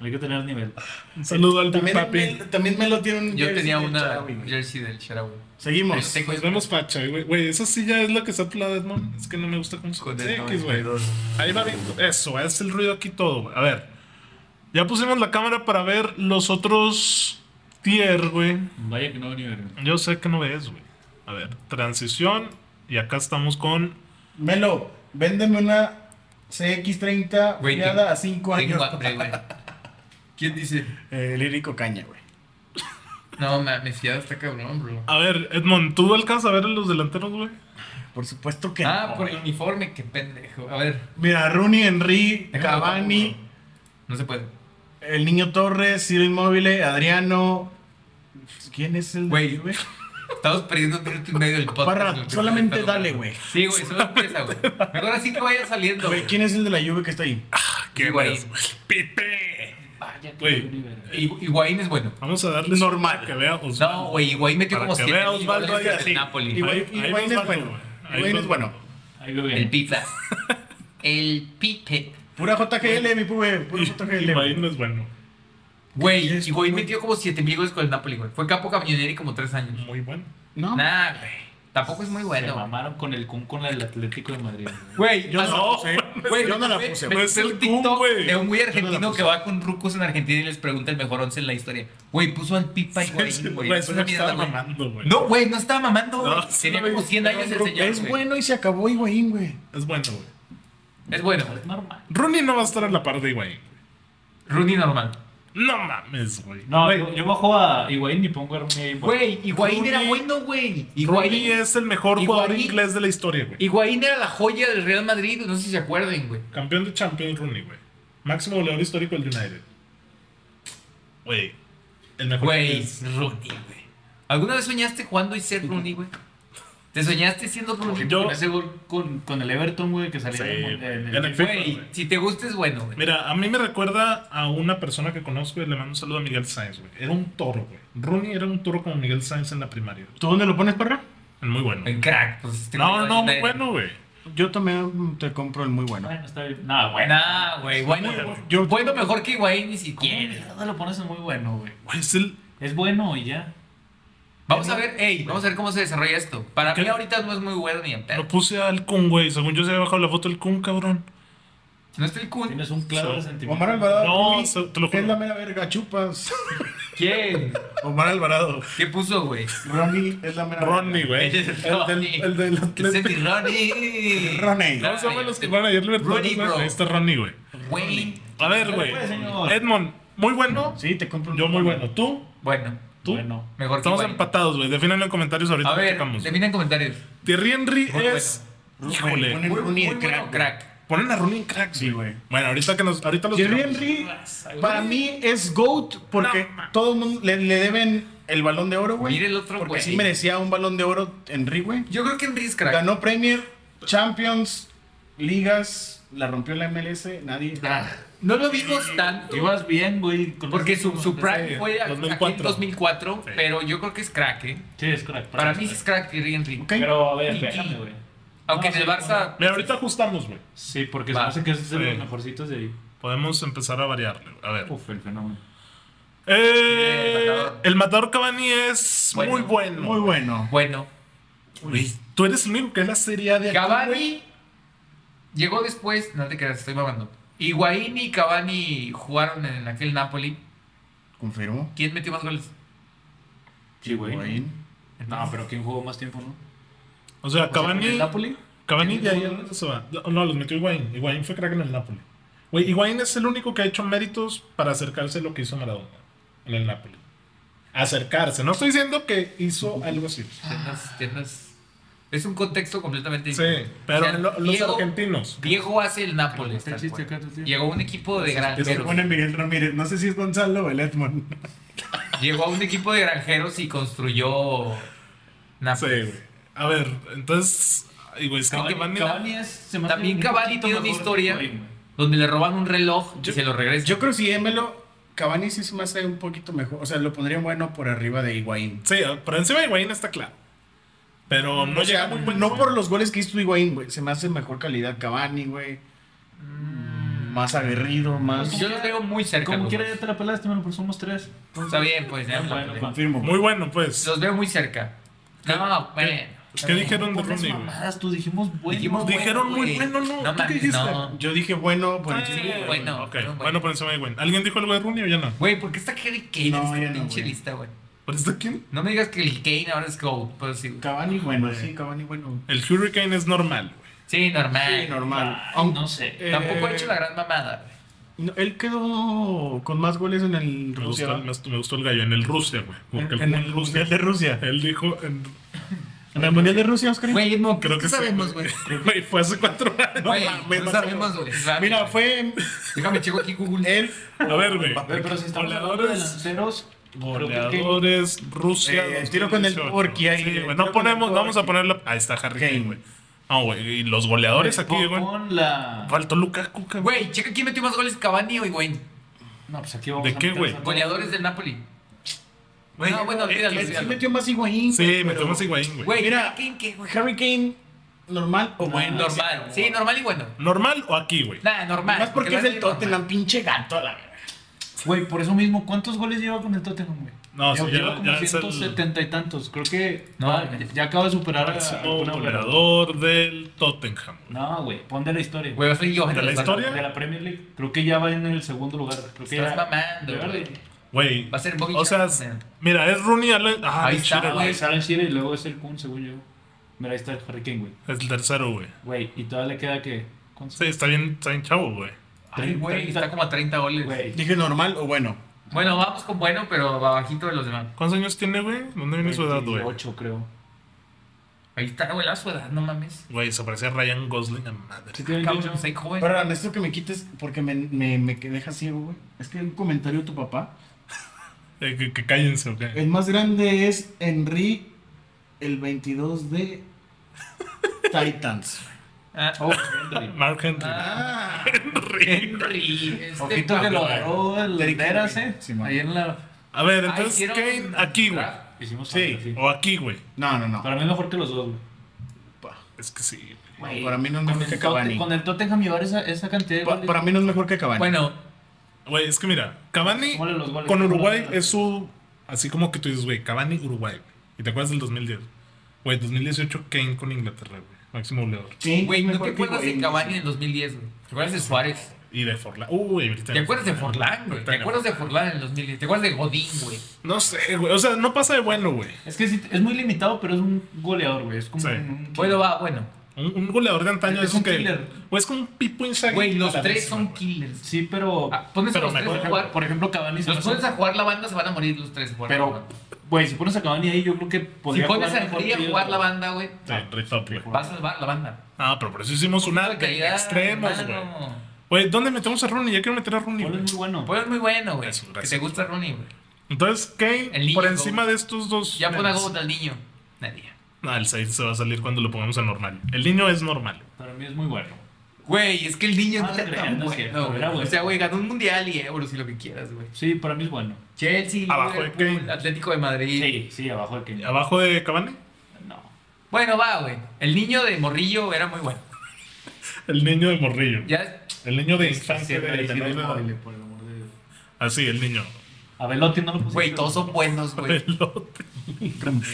S5: hay que tener nivel.
S1: Un saludo al Big
S4: También,
S1: Papi.
S4: me, también me lo tiene un
S2: Yo
S4: jersey
S2: tenía
S4: de
S2: una
S4: Charaui, güey.
S2: jersey del Charawi. Este
S4: Seguimos.
S1: Nos vemos facha, güey. Güey, esa silla es la que está pelada, ¿no? Es que no me gusta cómo se
S2: Con el
S1: Sí, X, güey.
S2: 92.
S1: Ahí va bien. Eso, es el ruido aquí todo, güey. A ver. Ya pusimos la cámara para ver los otros tier, güey.
S5: Vaya que no venía verga.
S1: Yo sé que no ves, güey. A ver, transición. Y acá estamos con.
S4: Melo, véndeme una CX30
S2: Güey,
S4: fiada a 5 años.
S2: Tengo hambre, güey. ¿Quién dice?
S4: Eh, lírico Caña, güey.
S2: No, mames, ya está cabrón, bro.
S1: A ver, Edmond, ¿tú alcanzas a ver a los delanteros, güey?
S4: Por supuesto que
S2: Ah,
S4: no,
S2: por el
S4: güey.
S2: uniforme, qué pendejo. A ver,
S4: Mira, Rooney, Henry,
S2: Déjame
S4: Cavani,
S2: no se puede.
S4: el niño Torres, Ciro Inmóvil, Adriano. ¿Quién es el de
S2: Güey.
S4: ahí, güey?
S2: Estamos perdiendo un minuto y medio del podcast.
S4: Parra,
S2: güey.
S4: solamente
S2: Está-
S4: dale, güey.
S2: Sí, güey, solo empieza, güey. Mejor así que vaya saliendo.
S4: Güey,
S2: güey.
S4: ¿quién es el de la Juve que está ahí?
S1: ¿Qué
S2: Higuaín.
S1: ves, güey? ¡Pipe!
S5: Vaya que
S1: Güey.
S5: no venía verga.
S2: Higu- Higuaín es bueno.
S1: Vamos a darles
S4: Normal.
S1: para que vea pues, Osvaldo.
S2: No, güey, Higuaín metió
S1: Para
S2: como
S1: que
S2: 7
S1: vea Osvaldo ahí
S2: goles
S1: así.
S2: en Napoli.
S4: Igual
S1: ahí
S4: Higuaín
S1: nos
S4: es
S1: falta,
S4: bueno.
S1: güey. Ahí
S4: Higuaín
S1: nos
S4: es bueno.
S1: falta.
S5: Ahí veo
S2: El
S5: bien.
S2: pipa. El pipe.
S4: Pura JGL, mi pube. Pura
S1: Y
S4: JGL.
S1: Higuaín no es bueno.
S2: Güey,
S4: es,
S2: Higuaín
S4: güey?
S2: metió como 7000 goles con el Napoli, güey. Fue capo camionero y como 3 años.
S1: Muy bueno.
S4: No.
S2: Nah, güey. Tampoco es muy
S5: Se
S2: bueno.
S5: mamaron con el Kun con la del Atlético de Madrid. güey.
S2: Güey,
S4: Yo
S2: pasó-
S4: no, sé.
S2: Güey,
S4: yo no la
S2: güey,
S4: puse,
S2: me
S1: No
S4: güey.
S1: es
S2: puse
S1: el
S2: un
S1: Kun,
S2: TikTok
S1: güey.
S2: de un güey
S4: Yo no
S2: argentino
S4: la
S2: que va con rucos en Argentina y les pregunta el mejor once en la historia. Güey, puso al Pipa
S1: Sí,
S2: Higuaín, güey.
S1: güey,
S2: Es
S1: eso
S2: una
S1: me estaba
S2: mierda, güey.
S1: mamando, güey.
S2: No, güey, no estaba mamando, güey.
S1: No,
S2: Tenía
S1: sí,
S2: como
S1: güey.
S2: 100 años el señor,
S4: Es
S2: güey.
S4: bueno y se acabó Higuaín, güey.
S1: Es bueno, güey.
S2: Es bueno.
S5: Es normal.
S1: Rooney no va a estar a la par de Higuaín.
S2: Rooney normal.
S1: No mames, güey.
S5: No, yo, yo bajo a Higuaín y pongo a Rooney ahí.
S2: Güey, Higuaín era
S1: Rooney-
S2: bueno, güey.
S1: Rooney
S2: Higuaín,
S1: es el mejor jugador
S2: Higuaín-
S1: inglés de la historia, güey.
S2: Higuaín era la joya del Real Madrid, no sé si se acuerden, güey.
S1: Campeón de Champions Rooney, güey. Máximo goleador histórico del United. Güey. El mejor
S2: Güey,
S1: inglés.
S2: Rooney, güey. ¿Alguna vez soñaste jugando y ser Rooney, güey? ¿Te soñaste siendo Rooney?
S1: Yo-
S5: Con ese gol con, con el Everton, güey, que salió
S1: Sí,
S5: en, el-
S1: güey.
S5: en el-
S1: En el-
S2: Güey, si te gusta es bueno, güey.
S1: Mira, a mí me recuerda a una persona que conozco y le mando un saludo a Miguel Sáenz, güey. Era un toro, güey. Rooney era un toro como Miguel Sáenz en la primaria.
S4: ¿Tú dónde lo pones, perra?
S1: El Muy bueno.
S2: El crack, pues. este
S1: No,
S2: güey,
S1: no,
S2: güey.
S1: muy bueno, güey.
S4: Yo también te compro el muy bueno.
S1: Ah,
S5: Bueno, está bien. No, bueno.
S2: Buena, güey. Bueno,
S4: Yo-
S2: bueno, mejor que Higuaín ni
S5: ¿Cómo
S2: siquiera.
S5: mierda lo pones en muy bueno, güey?
S1: Güey, es el.
S5: Es bueno y ya.
S2: Vamos a ver, ey, vamos a ver cómo se desarrolla esto. Para mí ahorita no es muy bueno ni en
S1: Lo
S2: pedo.
S1: puse al Kun, güey. Según yo se había bajado la foto del Kun, cabrón.
S2: No está el Kun.
S5: Tienes un claro
S1: Sí.
S5: sentimiento.
S4: Omar Alvarado.
S1: No,
S4: Rooney,
S1: se- te lo juro.
S4: Es la mera verga, chupas.
S2: ¿Quién?
S4: Omar Alvarado.
S2: ¿Qué puso, güey?
S4: Ronnie es la mera
S1: Ronnie,
S4: verga.
S1: güey.
S4: El del, el del
S2: Es
S4: Atlético.
S2: el Ronnie.
S4: Ronnie.
S1: ¿Cómo se llaman los que van ayer
S2: Rooney,
S1: libertadores?
S2: bro.
S1: güey? Ahí está Ronnie, güey.
S2: Güey.
S1: A ver, güey.
S5: Pues, señor.
S1: Edmond, muy bueno.
S4: Sí, te compro un
S1: Yo muy bueno. ¿Tú?
S2: Bueno,
S1: ¿Tú?
S5: Bueno.
S2: mejor que
S1: Estamos
S2: Higuaín.
S1: empatados, güey. Defínanlo en comentarios ahorita.
S2: A ver,
S1: platicamos.
S2: definen comentarios.
S1: Thierry Henry
S2: Muy
S1: es.
S4: Güey,
S1: Híjole.
S4: ponen Rooney de
S2: Muy bueno,
S4: crack.
S2: crack.
S1: Ponen a Rooney en cracks,
S4: Sí, güey.
S1: Bueno, ahorita que nos. Ahorita los
S4: Thierry
S1: tiramos.
S4: Henry, para mí es GOAT porque
S1: No, ma-
S4: todo el mundo le, le deben el balón de oro, güey.
S2: Mira el otro,
S4: Porque
S2: güey.
S4: sí merecía un balón de oro Henry, güey.
S2: Yo creo que Henry es crack.
S4: Ganó Premier, Champions, Ligas, la rompió la MLS, nadie.
S2: Ah, No lo vimos tanto.
S5: Ibas bien, güey. con
S2: Porque
S5: ese-
S2: su, su prime
S1: Sí,
S2: fue a-
S1: 2004.
S2: aquí en 2004,
S1: Sí.
S2: pero yo creo que es crack, ¿eh?
S5: Sí, es correcto.
S2: Para mí sí es crack Thierry Henry.
S4: Ok.
S5: Pero a ver, déjame, güey.
S2: Aunque
S5: No,
S2: en el
S5: sí,
S2: Barça...
S1: Mira, ahorita ajustamos, güey.
S5: Sí, porque
S2: Va.
S5: se me hace que es de
S1: Sí.
S5: los mejorcitos de ahí.
S1: Podemos empezar a variarle. güey. A ver.
S5: Uf, el fenómeno.
S1: Eh,
S2: El matador.
S1: el matador Cavani es
S2: Bueno.
S1: muy bueno.
S4: Muy bueno.
S2: Bueno,
S1: Güey, Tú eres el único que es la serie A de aquí, güey.
S2: Cavani llegó después... No te creas, estoy mamando. Higuaín y Cavani jugaron en aquel Napoli.
S4: Confirmo.
S2: ¿Quién metió más goles?
S5: Sí, güey.
S4: Higuaín.
S5: No, pero ¿quién jugó más tiempo, no?
S1: O sea, Cavani.
S5: Pues ¿El Napoli?
S1: Cavani de ahí a dónde se va. No, los metió Higuaín. Higuaín fue crack en el Napoli. Güey, Higuaín es el único que ha hecho méritos para acercarse a lo que hizo Maradona en el Napoli. Acercarse. No estoy diciendo que hizo algo así.
S2: Tienes- tienes- Es un contexto completamente
S1: Sí,
S2: diferente. O
S1: pero
S2: sea,
S1: en lo- los
S2: Diego-
S1: argentinos.
S2: Diego hace el Nápoles.
S5: Está el
S2: tal
S5: chiste
S2: cual.
S5: acá, tú, tío.
S2: Llegó un equipo de
S4: Se
S2: granjeros.
S4: pone Miguel Ramírez. No sé si es Gonzalo o el Edmond.
S2: Llegó a un equipo de granjeros y construyó
S1: Sí,
S2: Nápoles.
S1: güey. A ver, entonces. Ay, güey, es que Cavani.
S5: Cavani es... se me hace
S2: También
S5: un
S2: Cavani
S5: poquito
S2: tiene una
S5: mejor que
S2: historia.
S5: Higuaín, güey.
S2: Donde le roban un reloj y se lo regresan.
S4: Yo creo que si Emelo, Cavani sí se me hace un poquito mejor. O sea, lo pondría bueno por arriba de Higuaín.
S1: Sí, por encima de Higuaín está claro. Pero no
S4: O sea,
S1: llega muy buen-
S4: no por los goles que hizo Higuaín, güey. Se me hace mejor calidad Cavani, güey. Más aguerrido, más...
S2: Pues Yo los veo muy cerca.
S5: Como
S2: los
S5: quiera
S2: dos.
S5: ya te la pelaste, mano, pero somos tres.
S2: Está bien, pues. ya,
S5: Bueno,
S2: hombre.
S5: va.
S4: Confirmo.
S1: Muy bueno, pues.
S2: los veo muy cerca. No, bueno.
S1: ¿Qué dijeron de
S5: Puras
S1: Rooney, güey?
S5: mamadas, tú dijimos bueno.
S2: Dijimos
S1: Dijeron muy
S2: güey.
S1: bueno, ¿no? ¿Tú qué
S2: mames,
S1: dijiste?
S2: no.
S4: Yo dije bueno por
S1: Ah,
S4: encima.
S2: sí, bueno,
S1: Ok,
S2: pero bueno.
S1: bueno, por encima de Higuaín. ¿Alguien dijo algo de Rooney o ya no?
S2: Güey, ¿por qué está Harry Kane
S4: No,
S2: en
S4: ya
S2: esta
S4: no,
S2: pinche
S4: güey.
S2: lista, güey?
S1: ¿Por esto quién?
S2: No me digas que el Kane ahora es Go, pero sí. güey.
S4: Cavani bueno, sí, Cavani bueno.
S1: El Hurricane es normal, güey.
S2: Sí, normal.
S4: Sí, normal.
S5: Ay,
S4: Aunque-
S5: no sé.
S4: Eh,
S2: Tampoco ha hecho la gran mamada, güey.
S4: no, él quedó con más goles en el
S1: Me gustó,
S4: Rusia.
S1: me, gustó- me gustó el gallo en el Rusia, güey. Porque el,
S4: En, en
S1: Kun
S4: el Mundial de Rusia.
S1: Él dijo. en-
S4: En el Mundial de Rusia, Oscar.
S2: Güey, no,
S1: creo que sí,
S2: sabemos, güey.
S1: Güey, fue hace cuatro años.
S2: Güey,
S1: No mames, Eh,
S2: no
S1: no
S2: sabemos, güey.
S4: Mira, fue
S2: Déjame checo aquí Google.
S4: él.
S1: A ver, güey.
S5: Güey, pero si estamos hablando de
S1: Goleadores.
S5: delanteros, creo que Kane-
S1: Goleadores, Rusia.
S4: Eh, tiro con el
S1: 2018.
S4: Porky ahí,
S1: Sí, güey.
S4: tiro
S1: No
S4: con
S1: ponemos,
S4: el
S1: vamos a
S4: Porky.
S1: ponerla. Ahí está Harry Kane,
S4: Kane.
S1: güey. No, güey. Y los goleadores aquí,
S5: Pon-
S1: güey.
S5: Pon la...
S1: Faltó Lukaku, cabrón.
S2: Güey, checa quién metió más goles, Cavani o Higuaín.
S5: No, pues aquí vamos
S1: ¿De
S5: a
S1: qué,
S5: meter
S1: güey?
S5: esa-
S2: Goleadores del Napoli. no, bueno,
S4: él
S2: olvídalo,
S4: sí
S1: eh,
S2: olvídalo.
S4: metió más Higuaín.
S1: Sí,
S4: güey,
S1: metió
S4: pero-
S1: más Higuaín, güey.
S2: Güey,
S4: Mira.
S2: ¿quién qué, güey?
S4: Harry Kane normal o bueno.
S2: Normal. Sí, normal y bueno.
S1: ¿Normal o aquí, güey?
S2: Nada, normal.
S4: Más porque es
S2: la
S4: el
S2: neta,
S4: Tottenham, pinche gato a la verga.
S5: Güey, por eso mismo, ¿cuántos goles lleva con el Tottenham, güey?
S1: No,
S5: Ya
S1: sí,
S5: lleva
S1: ya,
S5: como
S1: ya es el
S5: 170 y tantos. Creo que
S2: No,
S5: va-
S2: güey.
S5: ya acaba de superar a.
S1: máximo
S5: alguna
S1: goleador del Tottenham.
S5: No, güey, pon de la historia.
S2: Güey, soy yo.
S1: ¿De la historia?
S5: De la Premier League. Creo que ya va en el segundo lugar. Creo que
S2: Estás
S5: ya-
S2: mamando,
S5: de verdad.
S2: güey.
S1: Güey.
S2: Va a ser Bobby
S1: O sea,
S2: Charlton,
S1: es-
S2: eh.
S1: mira, es Rooney Allen. Ah,
S2: Ahí está,
S1: Shearer,
S5: Ah,
S1: güey.
S5: es Alan Shearer y luego es el Kun, según yo. Mira, ahí está el Harry Kane, güey.
S1: Es el tercero, güey.
S5: Güey, y todavía le queda que. ¿cuántos?
S1: Sí, está bien, está bien chavo, güey.
S2: Ay, güey, está como a 30 goles.
S5: Güey,
S4: Dije normal o bueno.
S2: Bueno, vamos con bueno, pero abajito de los demás.
S1: ¿Cuántos años tiene, güey? ¿Dónde viene su edad, güey?
S5: 28, creo.
S2: Ahí está, güey, la su edad, no mames.
S1: Güey, se parece a Ryan Gosling a madre.
S5: Sí, tiene
S2: Cabrón,
S5: 28.
S2: soy joven.
S4: Pero necesito que me quites porque me, me, me deja ciego, güey. Es que un comentario de tu papá.
S1: Eh, que, que cállense, ok.
S4: El más grande es Henry, el 22 de Titans.
S2: Ah,
S5: Oh, Henry.
S1: Mark Henry.
S2: ah,
S1: Henry.
S2: Henry, este
S5: Ojito que lo
S2: cabrón.
S5: agarró el
S4: Derrick
S5: Leras,
S4: Henry.
S5: eh.
S4: Sí, man.
S5: Ahí en la.
S1: A ver,
S2: Ah,
S1: entonces,
S2: hicieron
S1: Kane
S2: un
S1: aquí, güey.
S2: draft. Ah,
S5: Hicimos
S4: Sí.
S1: O aquí, güey.
S4: No, no, no.
S5: Para mí es mejor que los dos, güey.
S1: Es que sí.
S5: Güey,
S4: Para mí no es
S5: con
S4: mejor
S5: el
S4: que
S5: Totte-
S4: Cavani.
S5: Con el Tottenham llevar esa, esa cantidad de
S4: Pa-
S5: goles.
S4: para mí no es mejor que Cavani.
S2: Bueno,
S1: Güey, es que mira, Cavani
S5: Ponle los goles,
S1: con
S5: ponle
S1: Uruguay
S5: los goles.
S1: es su. Así como que tú dices, güey, Cavani, Uruguay. güey. ¿Y te acuerdas del 2010? Güey, 2018 Kane con Inglaterra, güey. Máximo goleador.
S4: sí,
S2: güey,
S4: es
S2: ¿no
S4: mejor
S2: te
S4: que
S2: acuerdas de
S4: Higuaín.
S2: Cavani en el 2010, güey? ¿Te acuerdas de Suárez?
S1: Y de Forlán. Uy, ahorita.
S2: ¿Te acuerdas de Forlán, güey? ¿Te acuerdas de Forlán en el 2010? ¿Te acuerdas de Godín, güey?
S1: No sé, güey. O sea, no pasa de bueno, güey.
S5: Es que sí, es muy limitado, pero es un goleador, güey. Es como
S1: Sí.
S5: un- un-
S2: Bueno, va, bueno.
S1: Un, un goleador de antaño
S5: Es
S1: es, un
S5: un
S1: que.
S5: killer.
S1: Güey, es como un Pipo Inzaghi.
S2: Güey, los
S1: a la
S2: tres
S1: vez,
S2: son
S1: güey.
S2: killers.
S5: Sí, pero.
S2: Ah, pones a
S1: Pero
S2: los tres
S1: mejor,
S2: a jugar.
S5: Por ejemplo, Cavani se me
S2: Los
S5: hace-
S2: pones a jugar la banda, se van a morir los tres. por
S5: Pero,
S2: favor.
S5: güey, si pones a Cavani ahí, yo creo que
S2: si
S5: podría
S2: pones a
S5: mejor
S2: Henry a
S5: que ellos,
S2: jugar la
S5: güey.
S2: banda, güey,
S1: Sí, re top, güey.
S2: vas a salvar la banda.
S1: Ah, pero por eso hicimos una
S2: Puta
S1: de
S2: calidad,
S1: extremos, güey.
S2: hermano.
S1: Güey, ¿dónde metemos a Rooney? Ya quiero meter a Rooney,
S5: Paul
S1: güey.
S5: es muy bueno.
S2: Pues es muy bueno, güey.
S1: Eso,
S2: Que
S1: gracias.
S2: te gusta Rooney, güey.
S1: Entonces, Kane,
S2: El niño,
S1: por
S2: güey.
S1: encima de estos dos.
S2: Ya pon a
S1: menos.
S2: Goat al niño. Nadie.
S1: Ah, el 6 se va a salir cuando lo pongamos a normal. El niño es normal.
S5: Para mí es muy bueno.
S2: Güey, es que el niño
S5: Ah,
S2: no era
S5: no
S2: tan
S5: es cierto,
S2: bueno, güey.
S5: era bueno.
S2: O sea, güey, ganó un mundial y euros y lo que quieras, güey.
S5: Sí, para mí es bueno.
S2: Chelsea,
S1: Abajo de
S2: Liverpool,
S1: Kane.
S2: Atlético de Madrid.
S5: Sí, sí, abajo de que.
S1: ¿Abajo de Cavani?
S5: No.
S2: Bueno, va, güey. El niño de Morrillo era muy bueno.
S1: El niño de morrillo.
S2: Ya,
S1: El niño de infancia.
S5: Siempre
S1: de-
S5: ahí sí
S1: de-
S5: doy
S1: de-
S5: móvil, por el amor de Dios.
S1: Así, el niño.
S5: A Velotti no lo puse.
S2: güey, todos son buenos, güey.
S1: Pelote.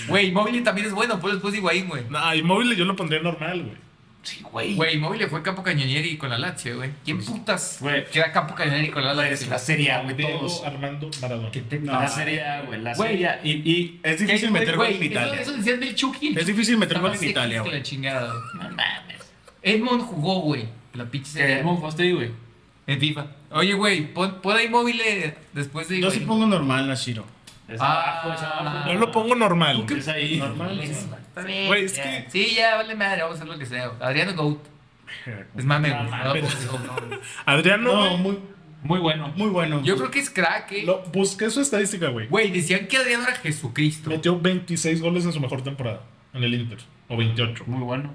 S2: Güey, Móvil también es bueno, pues después de Higuaín, güey.
S1: Nah, inmóvil Ah, yo lo pondría normal, güey.
S5: Sí, güey.
S2: Güey, Móvil fue Capo Cañonieri con la Lazio, güey. ¿Quién
S4: Pues,
S2: putas?
S5: Güey.
S2: Que era Capo Cañonieri con la Lazio.
S4: serie A,
S1: Diego Armando Maradona.
S2: Que te-
S4: No.
S5: La serie, A, güey. La
S2: Güey,
S5: serie. A. Y, y
S4: Es difícil meter gol
S2: Güey,
S4: en Italia.
S2: Eso, eso decían del Chucky.
S4: Es difícil meter
S2: Está
S4: gol
S2: más
S4: en Italia,
S2: X que
S4: güey.
S2: la chingada. No mames. Edmond jugó, güey. La pinche
S4: Eh,
S2: serie.
S5: Edmond Foster, güey.
S2: En FIFA. Oye, güey, pon, pon a Immobile después de.
S4: Yo sí
S2: güey.
S4: pongo normal a Shiro.
S5: Es
S2: Ah.
S5: abajo, es abajo.
S1: Yo lo pongo normal.
S5: Es ahí.
S4: Normal.
S2: Exactamente.
S1: Güey, es
S2: ya.
S1: que-
S2: Sí, ya, vale madre, vamos a hacer lo que sea. güey. Adriano Goat. Es mame, güey. No, no, no.
S1: Adriano,
S4: No,
S1: güey,
S4: muy,
S5: Muy bueno.
S4: muy bueno.
S2: Yo creo que es crack, eh.
S1: lo- busqué su estadística, güey.
S2: Güey, decían que Adriano era Jesucristo.
S1: Metió 26 goles en su mejor temporada en el Inter. O 28.
S5: Muy bueno.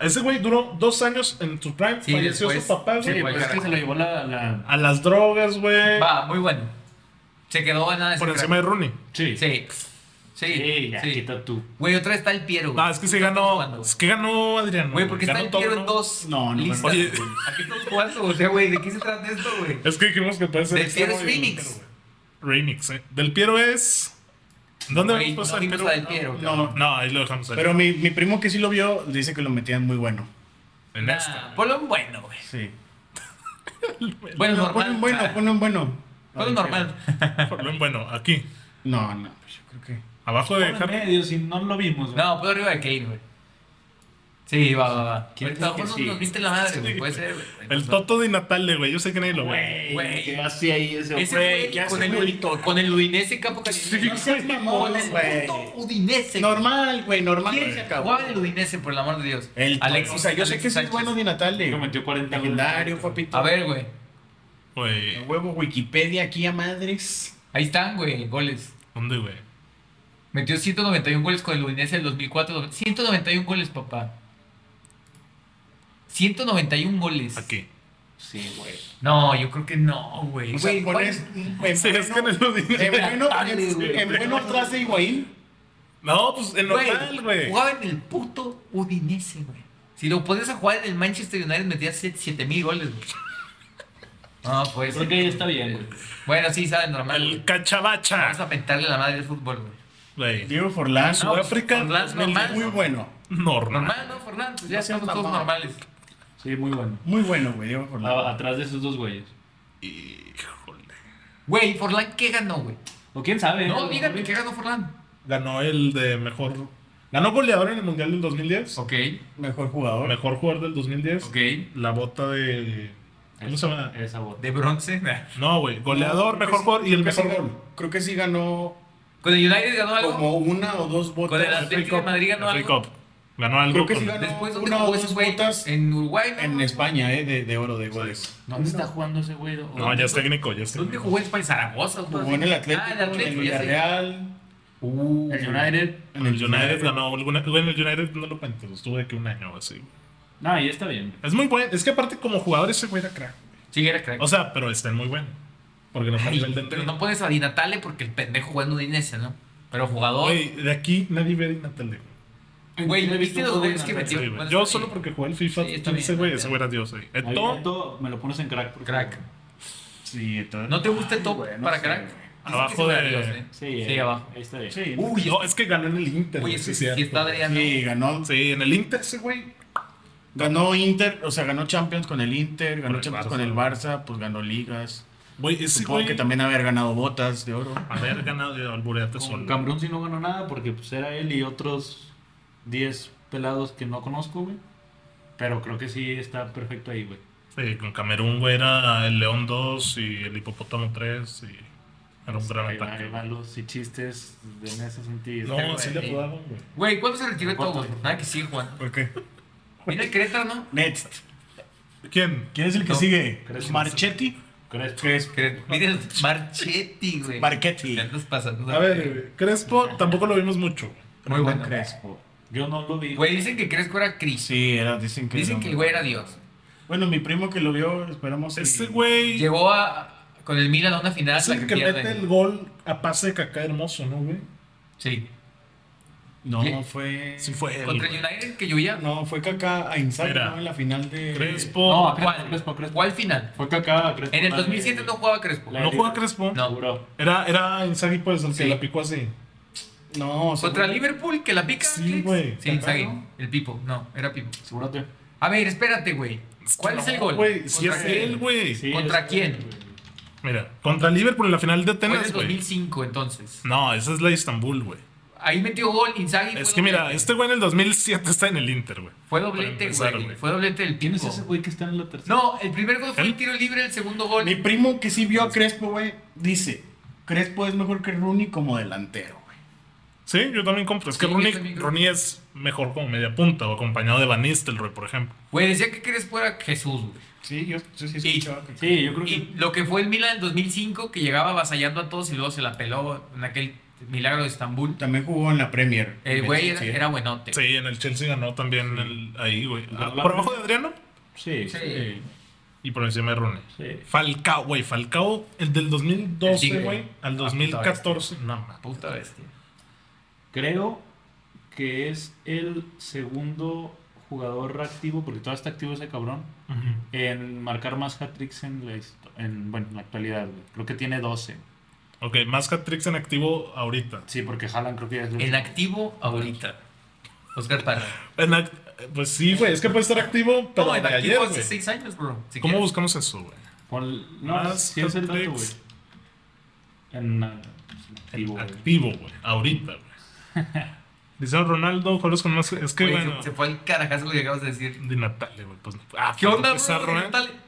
S1: Ese güey duró dos años en su prime.
S2: Sí,
S1: falleció
S2: después-
S1: su papá,
S2: sí,
S1: güey.
S2: güey.
S5: Pues es que se lo llevó la. la...
S1: A las drogas, güey.
S2: Va, muy bueno. Se quedó a nada de
S1: Eh, Por
S2: ser
S1: encima de Rooney.
S5: Sí.
S2: crack. Sí.
S5: Sí,
S2: Sí.
S5: ya,
S2: Sí.
S5: quita tú.
S2: Güey, otra está el Piero. güey.
S1: Ah, es que se
S2: jugando,
S1: ganó.
S2: güey.
S1: Es que ganó Adriano.
S2: Güey, porque está
S1: Ganó
S2: el
S1: todo,
S2: Piero
S1: ¿no?
S2: en dos
S4: No, no,
S2: listas.
S4: no.
S1: Oye.
S2: Aquí estamos jugando, o sea, güey, ¿de qué se trata esto, güey?
S1: Es que dijimos que puede ser.
S2: Del Piero
S1: extremo
S2: es
S1: y
S2: Phoenix.
S1: delantero, güey. Remix, eh. Del Piero es. ¿Dónde
S2: Güey,
S1: habíamos puesto
S2: no
S1: al
S2: dimos
S1: Piero?
S2: la del Piero.
S1: No, no, ahí lo dejamos. ahí.
S4: Pero mi, mi primo que sí lo vio dice que lo metían muy bueno.
S1: en
S2: Nah,
S1: esta.
S2: Ponlo en bueno, güey.
S4: Sí.
S2: Bueno,
S4: No,
S2: normal.
S4: ponlo en bueno,
S2: ponlo,
S4: ponlo en bueno.
S2: normal.
S1: Por lo- Bueno, aquí.
S4: No, no, pues yo creo que.
S1: Abajo de
S5: Por en
S1: Harry.
S5: medio, si no lo vimos, güey.
S2: No, ponlo arriba de Kane, güey. Sí, va, va, va.
S5: ¿Quién
S2: Ahorita
S5: dice que
S2: vamos,
S5: sí?
S2: nos viste la madre,
S1: Sí,
S2: güey. Puede
S1: güey.
S2: ser, güey.
S1: El Toto de Natale, güey. Yo sé que nadie lo ve.
S2: Güey.
S5: ¿Qué hacía ahí ese
S2: Ese güey, con, el, Udi- con el Udinese Capo Cañonieri.
S4: seas mamón,
S2: con el
S4: güey.
S2: puto Udinese.
S4: Normal, güey, normal.
S2: ¿Quién se acabó el Udinese, por el amor de Dios?
S4: El o sea, yo sé
S2: Alexis
S4: que sí es
S2: Sánchez.
S4: bueno Di Natale.
S5: Que metió 40 goles.
S4: Legendario, fue pito.
S2: A ver, güey.
S1: Güey.
S4: Eh, Huevo Wikipedia aquí a madres.
S2: Ahí están, güey, goles.
S1: ¿Dónde, güey?
S2: Metió 191 goles con el Udinese del 2004. 191 goles, papá. 191 goles.
S1: Aquí.
S5: Sí, güey.
S2: No, yo creo que no, güey.
S4: O sea,
S2: Güey,
S4: pones.
S2: ¿cuál-
S4: En
S1: Sí, es que no
S4: bueno,
S1: es lo
S4: en bueno, en bueno atrás de Higuaín.
S1: No, pues en
S2: Güey,
S1: normal, güey.
S2: Jugaba en el puto Udinese, güey. Si lo podías jugar en el Manchester United, metías 7 mil goles, güey. No, pues.
S5: Creo que ahí está bien, güey.
S2: Bueno, sí, saben, normal.
S1: El
S2: güey. Vamos
S1: cachabacha.
S2: a mentarle la madre del fútbol, güey.
S1: Güey.
S4: Diego Forlán,
S1: Sudáfrica,
S2: Forlán,
S1: 2010,
S2: normal.
S4: muy bueno.
S1: Normal.
S2: Normal, ¿no, Fernando? Pues ya
S4: No seas
S2: estamos todos
S4: mamón.
S2: normales.
S5: Sí, muy bueno.
S4: Muy bueno, güey, Diego
S5: A-
S4: Forlán.
S5: atrás de esos dos güeyes.
S2: Güey, Forlán, ¿qué ganó, güey?
S5: O quién sabe.
S2: No,
S5: ¿eh?
S2: díganme, ¿qué ganó Forlán?
S1: Ganó el de mejor. Ganó goleador en el Mundial del 2010.
S2: Ok,
S4: Mejor jugador.
S1: Mejor jugador del 2010.
S2: ok.
S1: La bota de. ¿Cómo se llama?
S5: Esa bota.
S2: De bronce. nah.
S1: No, güey. Goleador,
S4: No, creo que
S1: mejor
S4: sí-
S1: jugador y el
S4: creo que
S1: mejor
S4: sí
S1: gol.
S4: ganó- Creo que sí ganó
S2: ¿Con el United ganó algo?
S4: como una o dos botas.
S2: Con el
S1: La Free
S2: Atlético de
S1: Cup.
S2: Madrid ganó
S1: La Free
S2: algo.
S1: Cup. Ganó algo.
S4: Creo que
S1: con-
S4: sí ganó
S2: Después, ¿dónde
S4: una o
S2: jugó ese
S4: dos
S2: güey?
S4: botas en,
S2: En Uruguay, ¿no?
S4: España, eh, de, de oro, de goles.
S5: ¿Dónde está jugando ese güey? ¿O
S1: No,
S5: dónde
S1: ya es técnico, ya es
S2: ¿Dónde
S1: técnico.
S2: jugó en España? ¿Zaragoza? o
S1: Pues,
S2: algo
S4: Jugó en
S2: así?
S4: el Atlético,
S2: Ah, en el
S4: en el
S2: Atlético, ya sé.
S4: Villarreal.
S2: Uh,
S5: El United.
S1: En el United ganó alguna. Bueno, el United no lo cuento, estuvo de que un año o así.
S5: No, ahí está bien.
S1: Es muy bueno. Es que aparte, como jugador, ese güey era crack.
S2: Sí, era crack.
S1: O sea, pero está muy bueno. Porque no está a
S2: Ay,
S1: nivel de.
S2: pero no pones a Di Natale porque el pendejo juega en Udinese, ¿no? Pero jugador.
S1: Güey, de aquí nadie ve a Di Natale. güey.
S2: Güey, ¿no viste los goles que
S1: Sí,
S2: metió?
S1: güey.
S2: Bueno,
S1: Yo
S2: está
S1: solo
S2: bien.
S1: porque jugué el FIFA
S2: Sí, está
S1: 15,
S2: bien,
S1: güey,
S2: está
S1: ese
S2: bien.
S1: güey era Dios, güey.
S5: Ahí,
S1: Eto,
S5: Eto, me lo pones en crack. por
S2: Crack.
S5: favor.
S4: Sí, todo.
S2: ¿No te gusta el top
S4: güey, no
S2: para
S4: sé,
S2: crack?
S4: güey.
S2: Dicen que
S1: Abajo
S2: se ve
S1: de-
S2: Dios, ¿eh?
S5: Sí,
S2: Sí,
S5: eh,
S2: abajo.
S5: Ahí está bien.
S4: Sí,
S2: Uy,
S1: no, es que ganó en el Inter.
S2: Oye,
S1: güey, sí,
S2: si,
S1: es
S2: si
S1: cierto.
S2: está Adriano.
S4: sí, ganó.
S1: Sí, en el Inter ese güey.
S4: Ganó Inter, o sea, ganó Champions con el Inter, ganó
S1: Con el
S4: Champions
S1: Barça.
S4: con el Barça, pues ganó ligas.
S1: Güey, ese
S4: Supongo
S1: güey.
S4: que también haber ganado botas de oro.
S1: Haber ganado de albureate solo.
S5: Con Cambrón sí pues, no ganó nada porque pues era él y otros 10 pelados que no conozco, güey. Pero creo que sí está perfecto ahí, güey.
S1: Sí, con Camerún, güey, era el León 2 y el Hipopótamo 3. Y era un gran
S5: Hay
S1: ataque.
S5: malos y chistes de- en ese sentido.
S1: No, sí
S2: sí
S1: le
S2: le
S1: apodaban, güey.
S2: Güey, ¿cuándo se retiró todo,
S5: Corta,
S2: güey?
S5: por
S2: Nada que sigue jugando.
S4: ¿Por qué?
S2: Mira el Querétaro, ¿no?
S4: Next.
S1: ¿Quién?
S4: ¿Quién es el que
S2: No.
S4: sigue?
S5: Crespo.
S4: Marchetti.
S5: Crespo.
S2: Querétaro. Mira el Marchetti, güey.
S4: Marchetti.
S2: ¿Qué andas pasando?
S1: A ver, güey, Crespo tampoco lo vimos mucho.
S2: Muy
S4: Hernán
S2: bueno.
S4: Crespo.
S5: Yo no lo vi.
S2: Güey, dicen que Crespo era Cris.
S4: Sí, era, dicen que.
S2: Dicen
S4: era
S2: que
S4: muy
S2: el güey era Dios.
S4: Bueno, mi primo que lo vio, esperamos.
S1: Ese
S4: y-
S1: güey
S2: Llegó a, con el Milan a una final.
S1: es
S2: la
S1: el que
S2: pierde.
S1: mete el gol a pase de caca hermoso, ¿no, güey?
S2: Sí.
S4: No, fue.
S1: Sí fue él.
S2: Contra
S1: güey.
S2: el United que llovía.
S4: No, fue Kaká a Inzaghi,
S1: Mira.
S4: ¿no? En la final de.
S5: No,
S1: Crespo.
S5: a Crespo, Crespo, Crespo.
S2: ¿Cuál final?
S5: Fue Kaká, Ah, Crespo.
S2: En el
S5: la de-
S2: 2007 no jugaba Crespo.
S5: la
S1: No, jugaba Crespo.
S2: No.
S5: Seguro.
S1: Era, era Inzaghi, pues, el que
S2: Sí.
S1: la picó así.
S4: No, o sea,
S2: Contra Liverpool, que la pica.
S1: Sí,
S2: Alex.
S1: güey.
S2: Sí,
S4: Kaká,
S2: Inzaghi.
S4: ¿no?
S2: El Pipo. No, era Pipo.
S5: Segúrate.
S2: A ver, espérate, güey. ¿Cuál es el gol?
S1: Güey, sí
S2: ¿Contra
S1: es
S2: quién?
S1: él, güey.
S5: Sí,
S2: ¿Contra
S5: es-
S2: quién?
S1: Mira, contra Liverpool en la final de
S2: Fue en el
S1: Atenas, güey.
S2: 2005, entonces.
S1: No, esa es la de Istambul, güey.
S2: Ahí metió gol Inzaghi.
S1: Es
S2: fue
S1: que mira,
S2: doblete.
S1: este güey en el 2007 está en el Inter, güey.
S2: Fue
S1: para
S2: doblete,
S1: empezar,
S2: güey.
S1: güey.
S2: Fue doblete del
S5: ¿Quién
S2: Pipo.
S5: es ese güey que está en la tercera?
S2: No, el primer gol fue
S1: ¿Él?
S2: el tiro libre, el segundo gol.
S4: Mi primo que sí vio a Crespo, güey, dice: Crespo es mejor que Rooney como delantero, güey.
S1: Sí, yo también compro. Es
S2: Sí,
S1: que
S2: yo
S1: Rooney,
S2: también creo.
S1: Rooney es mejor como media punta o acompañado de Van Nistelrooy, por ejemplo.
S2: Güey, decía que Crespo era Jesús, güey.
S4: Sí, yo, yo sí
S2: Y-
S4: escuchaba que.
S5: Sí, yo creo
S2: Y
S5: que.
S2: lo que fue el Milan en 2005, que llegaba avasallando a todos y luego se la peló en aquel milagro de Estambul.
S4: También jugó en la Premier.
S2: El güey era,
S4: Sí.
S2: era buenote.
S1: Sí, en el Chelsea ganó también el- ahí, güey. Ah,
S5: Hablando-
S1: Por abajo de Adriano
S5: Sí,
S2: Sí.
S5: sí.
S1: y por encima de Rooney.
S5: sí.
S1: Falcao, güey. Falcao, el del
S2: El
S1: 2012,
S2: tigre. Ah,
S1: güey, al
S2: puta
S1: 2014. No, mames.
S2: Puta bestia.
S5: Creo que es el segundo jugador activo, porque todavía está activo ese cabrón,
S1: Ujú.
S5: en marcar más hat-tricks en la, histo- en, bueno, en la actualidad. güey. Creo que tiene 12.
S1: Ok, más hat-tricks en activo ahorita.
S5: Sí, porque Haaland creo que ya es el
S2: En
S5: último.
S2: activo ahorita. Oscar Parra.
S1: En act- Pues sí, güey, es que puede estar activo, pero
S2: No, en
S1: de
S2: activo
S1: ayer,
S2: hace
S1: güey.
S2: 6 años, bro. Si
S1: ¿Cómo
S2: quieres.
S1: buscamos eso, güey?
S5: Pon- no,
S1: Más
S5: sí es el dato, güey.
S1: hat-tricks.
S5: En, ah, pues, en activo, güey.
S1: Activo, güey. Ahorita, güey. Cristiano Ronaldo, jugadores con más. Es que,
S2: Güey,
S1: bueno.
S2: se, se fue al carajazo que acabas de decir.
S1: De Natale, güey. Pues, ah,
S2: ¿Qué
S1: pues,
S2: onda,
S1: Cristiano
S2: bro?
S1: Ronaldo.
S2: Dale.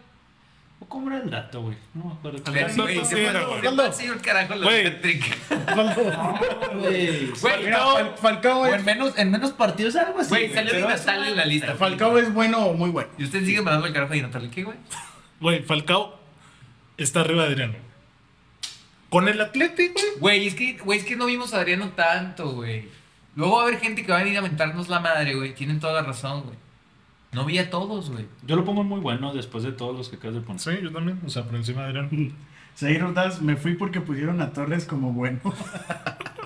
S5: ¿Cómo era el dato, güey? No me acuerdo.
S2: Pero,
S1: Ronaldo,
S2: güey,
S1: sí,
S2: se fue
S1: era,
S2: al-
S1: güey.
S2: se fue al señor carajo la
S1: Güey.
S2: hat-trick.
S5: Güey,
S2: Güey,
S4: Mira,
S2: no,
S4: Fal- Falcao,
S2: o
S4: es,
S2: en menos, en menos
S5: partidos algo así.
S2: Güey, salió Di
S5: pero-
S2: Natale en la lista.
S4: Falcao es bueno o muy bueno.
S2: Y ustedes siguen mandando el carajo a Di Natale. ¿Qué, güey?
S1: Güey, Falcao está arriba de Adriano. Con el Atlético, güey.
S2: Güey, es que, güey, es que no vimos a Adriano tanto, güey. Luego va a haber gente que va a venir a mentarnos la madre, güey. Tienen toda la razón, güey. No vi a todos, güey.
S5: Yo lo pongo en muy bueno después de todos los que acabas de poner.
S1: Sí, yo también. O sea, por encima de Adriano.
S4: Seis rotas, me fui porque pusieron a Torres como bueno.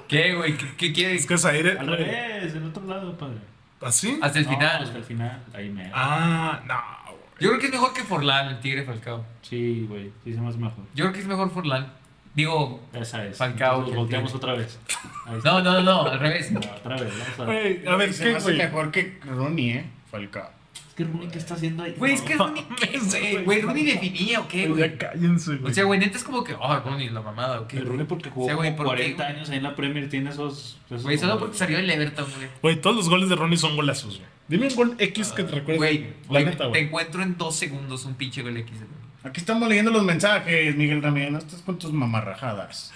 S2: ¿Qué, güey? ¿Qué, qué quieres?
S1: Es que Zaire.
S5: Al
S1: güey,
S5: revés, del otro lado, padre.
S1: ¿Así?
S2: Hasta el
S5: No, Hasta
S2: final.
S5: el final. Ahí me.
S1: Ah, no, güey.
S2: Yo creo que es mejor que Forlán, el Tigre Falcao.
S5: Sí, güey. Sí, se me hace mejor.
S2: Yo creo que es mejor Forlán. Digo,
S5: Esa es.
S2: Falcao,
S5: Entonces,
S2: que
S5: volteamos
S2: tiene.
S5: otra vez. Ahí está.
S2: no, no, no, al revés.
S5: Otra vez, vamos a ver.
S1: Güey, a ver,
S4: Se
S1: ¿qué,
S4: me hace
S1: güey?
S4: mejor que Ronnie, ¿eh? Falcao.
S5: Es que Rooney, ¿qué está haciendo ahí?
S2: Güey, es
S5: No,
S2: que
S5: no. Pues
S2: Rooney, ¿qué, güey? Güey, Rooney definía o
S1: Güey,
S2: qué, güey. Pues
S1: Ya cállense,
S2: O
S1: güey.
S2: sea, güey, neta es como que, oh, Rooney, la mamada, o qué.
S5: El Rooney porque jugó
S2: O sea, güey,
S5: como
S2: ¿por qué,
S5: 40
S2: güey?
S5: años ahí en la Premier tiene esos. esos
S2: Güey, solo
S5: goles,
S2: porque
S5: güey.
S2: salió el Everton, güey.
S1: Güey, todos los goles de Ronnie son golazos, güey. Dime un gol X que te
S5: Pues,
S1: recuerdes.
S2: Güey,
S1: la
S2: güey,
S1: neta,
S2: te
S1: güey.
S2: encuentro en dos segundos un pinche gol X. güey.
S4: Aquí estamos leyendo los mensajes, Miguel Ramírez. No estás con tus mamarrajadas.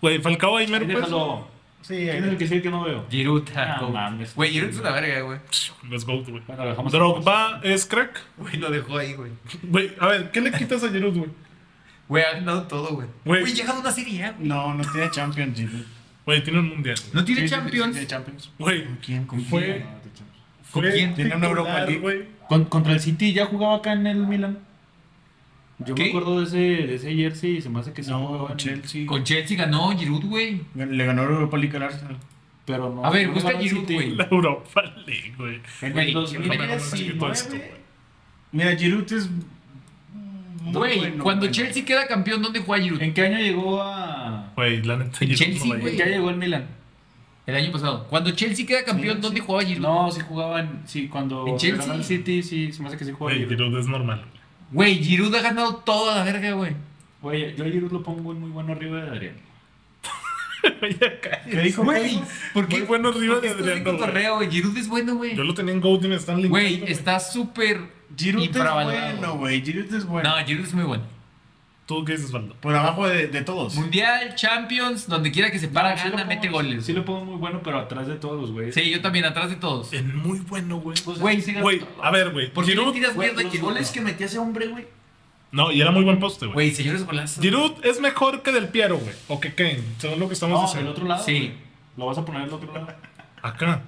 S1: Güey, Falcao Aimer,
S5: Ahí
S1: pues.
S5: Déjalo.
S4: Sí, eh,
S5: ¿Quién es el que sí el que no veo?
S2: Giroud, ah,
S5: No
S2: güey.
S5: mames.
S2: Güey, Giroud es una verga, güey.
S1: Let's go, güey.
S5: Bueno, lo dejamos.
S1: Drogba es crack.
S2: Güey, lo dejó ahí, güey.
S1: Güey, a ver, ¿qué le quitas a Giroud, güey?
S2: Güey, ha ganado todo, güey.
S1: Güey.
S2: Güey, llegado a una serie, A, güey.
S4: No, no tiene Champions, Giroud.
S1: Güey, tiene un mundial. güey.
S2: No tiene
S4: Sí, sí,
S2: Champions.
S4: sí, tiene Champions.
S1: Güey,
S4: ¿Con quién? ¿Con
S1: Fue-
S4: quién?
S1: fue
S2: quién?
S4: Tiene una Europa
S1: titular,
S4: League.
S1: güey.
S5: Con- contra el City ya jugaba acá en el Milan. Yo
S2: ¿Qué?
S5: me acuerdo de ese, de ese jersey y se me hace que sí jugaba
S4: No,
S5: en-
S4: Chelsea.
S2: Con Chelsea ganó Giroud, güey.
S4: Le ganó Europa League al Arsenal.
S5: Pero no.
S2: A ver,
S5: no
S2: busca
S5: ganó el
S2: Giroud,
S5: City.
S2: güey.
S1: La Europa League, güey.
S5: En
S2: Güey,
S5: el dos-
S2: ¿quién era
S5: no,
S2: así?
S5: sí,
S1: Todo esto,
S5: nueve.
S1: güey.
S4: Mira, Giroud es. mm, muy
S2: Güey,
S4: bueno,
S2: cuando
S4: bueno.
S2: Chelsea queda campeón, ¿dónde juega Giroud?
S5: ¿En qué año llegó a.?
S1: Güey, la neta, Giroud
S2: Chelsea,
S1: no va a
S5: ¿En
S2: güey.
S1: ir.
S5: qué año llegó el Milan?
S2: El año pasado. Cuando Chelsea queda campeón,
S4: Sí,
S2: ¿dónde
S4: sí.
S2: jugaba Giroud?
S5: No, sí jugaban. Sí, cuando.
S2: ¿En Chelsea?
S5: ganó el City, sí, se me hace que sí jugaba.
S1: Güey,
S5: Giroud.
S1: Giroud es normal.
S2: Güey, Giroud ha ganado toda la verga, güey.
S5: Güey, yo a Giroud lo pongo en muy bueno arriba de Adrián.
S1: Güey, ya cállense.
S4: ¿Qué dijo?
S2: Güey, ¿por qué?
S1: Muy bueno arriba
S2: ¿por
S1: de
S2: qué estás en
S1: Adrián, güey.
S2: cotorreo, güey? Giroud es bueno, güey.
S1: Yo lo tenía en Gold y me están linkando.
S2: Güey, está súper
S4: Giroud es
S2: infravalorado.
S4: bueno, güey. Giroud es bueno.
S2: No, Giroud es muy bueno.
S1: ¿Tú qué dices, Valdo?
S4: Por abajo de, de todos.
S2: Mundial, Champions, donde quiera que se para,
S5: Sí lo
S2: gana,
S5: pongo-
S2: Ah, mete goles.
S5: Sí, lo pongo muy bueno, pero atrás de todos Pues, los güeyes.
S2: Sí, yo también, atrás de todos.
S1: En muy bueno, güey.
S2: Güey, sí ganó
S1: Güey,
S2: todo.
S1: a ver, güey.
S2: ¿Por qué le
S1: Giroud.
S2: tiras mierda a Giroud?
S5: que metía ese hombre, güey.
S1: No, y era muy buen poste, güey.
S2: Güey, señores golazos.
S1: Giroud es mejor que Del Piero, güey. O que Kane, según lo que estamos
S5: No, del
S1: diciendo.
S5: otro lado.
S2: Sí.
S5: güey. Lo vas a poner del otro lado.
S1: Acá.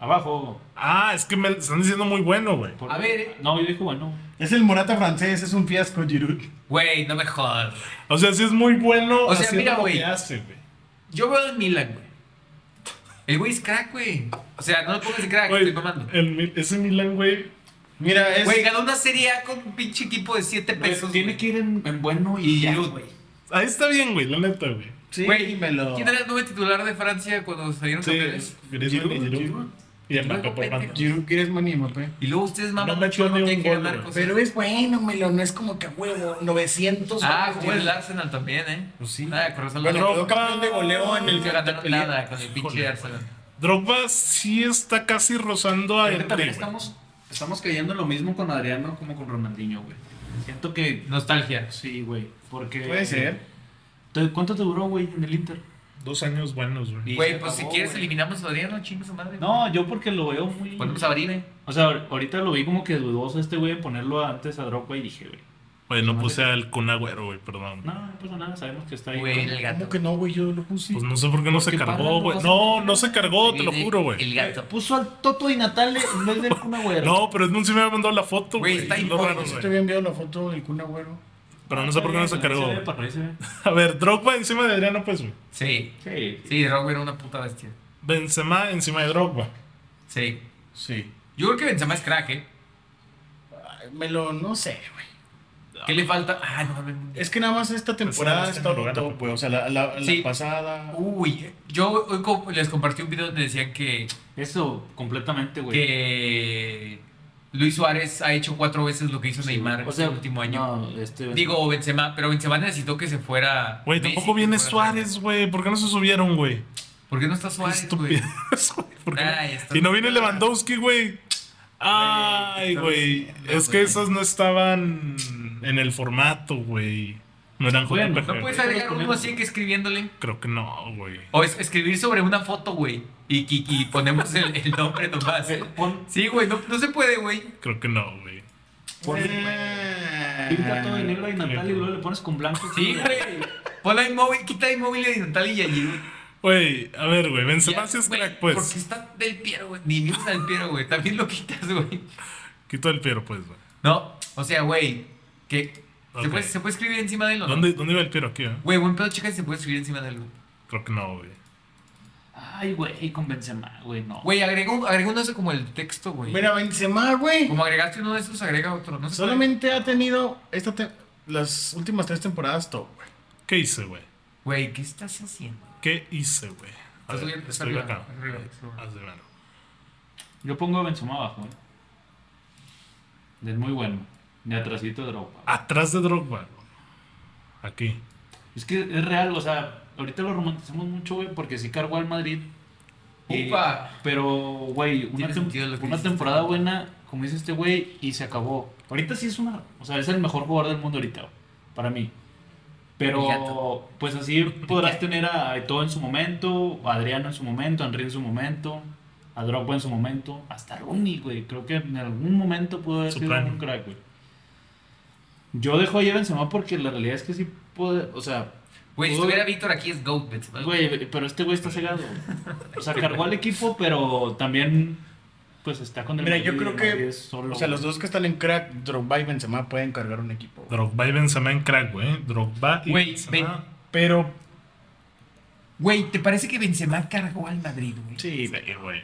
S5: Abajo.
S1: Ah, es que me están diciendo muy bueno, güey.
S5: Por-
S2: A ver. eh.
S5: No, yo dije bueno.
S4: Es el Morata francés, es un fiasco, Giroud.
S2: Güey, no me jodas. güey.
S1: O sea, sí es muy bueno
S2: O sea,
S1: haciendo
S2: mira,
S1: lo
S2: güey.
S1: que hace, güey.
S2: Yo veo al Milan, güey. El güey es crack, güey. O sea, no lo pongas de crack,
S1: Güey,
S2: Ah, estoy mamando.
S1: el Mil- ese Milan, güey.
S4: Mira, es.
S2: Güey, ganó una serie A con un pinche equipo de 7 pesos.
S5: Tiene
S2: güey.
S5: que ir en, en bueno y,
S2: Y
S5: ya,
S2: Giroud.
S5: güey.
S1: Ahí está bien, güey, la neta, güey.
S4: sí,
S2: güey,
S4: me lo.
S2: ¿Quién era el nuevo titular de Francia cuando salieron
S1: Sí,
S2: campeones?
S1: Griezmann y
S4: Giroud,
S1: Giroud. Y Mbappé por banda.
S4: Giroud, ¿quieres Mani Mbappé?
S2: Y luego ustedes maman
S1: No
S2: mucho,
S1: metió ni
S2: no tienen
S1: un
S2: que
S1: gol,
S2: ganar
S1: güey.
S2: cosas.
S4: Pero es bueno, Melo, no es como que a huevo, 900.
S2: Ah,
S4: güey.
S2: jugó el Arsenal también, ¿eh?
S4: Pues sí.
S2: Ah, con razón.
S4: Bueno,
S2: no
S4: quedó campeón de goleo en el
S2: nunca ganaron nada con el pinche
S1: Híjole,
S2: Arsenal.
S1: Drogba sí está casi rozando a
S5: Creo que
S1: Henry,
S5: también
S1: güey.
S5: estamos, estamos cayendo en lo mismo con Adriano como con Ronaldinho, güey. Siento que.
S2: Nostalgia.
S5: Sí, güey. Porque.
S4: Puede ser.
S5: Te- ¿Cuánto te duró, güey, en el Inter?
S1: Dos años buenos, güey.
S5: Y
S2: Güey,
S5: se
S2: pues si
S5: acabó,
S2: quieres
S5: güey.
S2: eliminamos a Adriano, chingue su madre.
S5: No, yo porque lo veo muy.
S2: Ponemos a Varine.
S5: O sea, ahorita lo vi como que dudoso este güey de ponerlo antes a Drogba y dije, güey.
S1: Güey, no puse al pues Kun Agüero, güey, perdón.
S5: No, no pasa nada, sabemos que está ahí.
S2: Güey, el gato.
S4: ¿Cómo que no, güey? Yo lo puse.
S1: Pues no sé por qué no se
S2: Porque
S1: cargó,
S2: Pablo
S1: güey.
S2: no
S1: No,
S2: se-
S1: no se cargó, te lo
S2: Viene
S1: juro, güey.
S2: El gato.
S5: Puso al Toto y Natale en vez del Kun Agüero.
S1: No, pero Edmund sí me había mandado la foto,
S2: Güey,
S1: güey.
S2: está
S1: Es lo
S2: incómodo,
S1: raro,
S4: Yo te
S1: güey.
S4: había enviado la foto del Kun Agüero.
S1: Pero no sé por qué no se cargó,
S5: Ahí se ve,
S1: güey.
S5: para ahí se ve.
S1: A ver, Drogba encima de Adriano, pues, güey.
S2: Sí.
S5: Sí.
S2: Sí, Rob era una puta bestia.
S1: Benzema encima de Drogba.
S2: Sí.
S4: Sí.
S2: Yo creo que Benzema es crack, ¿eh?
S4: Ay, Melo, no sé, güey.
S2: ¿Qué le falta? Ah, no mames.
S4: Es que Pues nada más esta temporada
S1: no está
S4: está
S1: en lugar,
S4: roto,
S1: ¿no?
S4: güey. O sea, la, la, la
S2: Sí.
S4: pasada.
S2: Uy, eh. yo hoy co- les compartí un video donde decían que,
S5: Eso, completamente, güey.
S2: que Luis Suárez ha hecho cuatro veces lo que hizo Neymar el último año.
S5: no, este-
S2: Digo Benzema, pero Benzema necesitó que se fuera.
S1: Güey,
S2: Messi,
S1: tampoco
S2: que
S1: viene
S2: fuera
S1: Suárez, güey. ¿Por qué no se subieron, güey?
S2: ¿Por qué no está Suárez, güey?
S1: Estúpidos, güey. ¿Por qué no?
S2: Ay, está-
S1: Y no viene Lewandowski, güey. Ay, güey. Es que
S2: güey.
S1: esas no estaban en el formato, güey. No eran
S5: Bueno,
S1: JPG.
S5: no
S1: güey.
S2: ¿Puedes agregar uno así que escribiéndole?
S1: Creo que no, güey.
S2: O es- escribir sobre una foto, güey. Y, y- y ponemos el, el nombre nomás.
S5: Güey, Pon
S2: Sí, güey, no, no se puede, güey.
S1: Creo que no, güey.
S4: Eh,
S5: pinta todo de negro y Natale y luego le pones con blanco.
S2: Sí, güey. Pon la inmóvil, quita la inmóvil de Natal y Yayiru.
S1: Güey, a ver, güey. Benzema
S2: Ya,
S1: sí es
S2: güey,
S1: crack, pues.
S2: Porque está del Piero, güey. Ni ni usa del Piero, güey. También lo quitas, güey.
S1: Quito el Piero, pues, güey.
S2: No, o sea, güey. Que
S1: Ok.
S2: se, puede, se puede escribir encima de él, o no?
S1: ¿Dónde, ¿Dónde iba el Piero aquí, eh?
S2: Güey, buen pedo, checa si se puede escribir encima de él, güey.
S1: Creo que no, güey.
S5: Ay, güey, con Benzema, güey, no.
S2: Güey, agrega, un- agrega uno de esos como el texto, güey.
S4: Mira, Benzema, güey.
S2: Como agregaste uno de esos, agrega otro. No sé.
S4: Solamente ha tenido esta te- las últimas tres temporadas top, güey.
S1: ¿Qué hice, güey?
S2: Güey, ¿qué estás haciendo?
S1: ¿Qué hice, güey? A
S2: Estás
S1: ver,
S2: bien,
S1: Estoy
S2: arriba,
S1: acá.
S2: arriba, arriba.
S1: Haz de mano.
S5: Yo pongo a Benzema abajo, eh. Es muy bueno. De atrasito de ropa.
S1: Atrás de Drogba. güey. Aquí.
S5: Es que es real, o sea, ahorita lo romantizamos mucho, güey, porque sí cargó al Madrid. Y-
S2: Upa.
S5: Pero, güey, una,
S2: Tiene
S5: tem-
S2: sentido lo que
S5: una
S2: dices.
S5: temporada buena, como dice este güey, y se acabó. Ahorita sí es una. O sea, es el mejor jugador del mundo ahorita, güey, para mí. Pero,
S2: El gato.
S5: pues así podrás tener a Eto'o en su momento, a Adriano en su momento, a Henry en su momento, a Drogba en su momento, hasta Rooney, güey. Creo que en algún momento pudo haber
S1: Su
S5: sido
S1: prime.
S5: un crack, güey. Yo dejo a Benzema porque la realidad es que sí puede, o sea,
S2: Güey, si
S5: Pudo-
S2: estuviera Víctor aquí es Goat Benzema.
S5: Güey, pero este güey está cegado. güey. O sea, cargó al equipo, pero también pues está con el
S4: Mira, yo
S5: Madrid,
S4: creo
S5: el Madrid
S4: que.
S5: es solo,
S4: O sea, los dos que están en crack, Drogba y Benzema pueden cargar un equipo. güey.
S1: Drogba y Benzema en crack, güey. Drogba y
S2: Güey,
S1: Benzema.
S4: Pero.
S2: Güey, ¿te parece que Benzema cargó al Madrid, güey?
S4: Sí, güey.
S1: Sí, güey.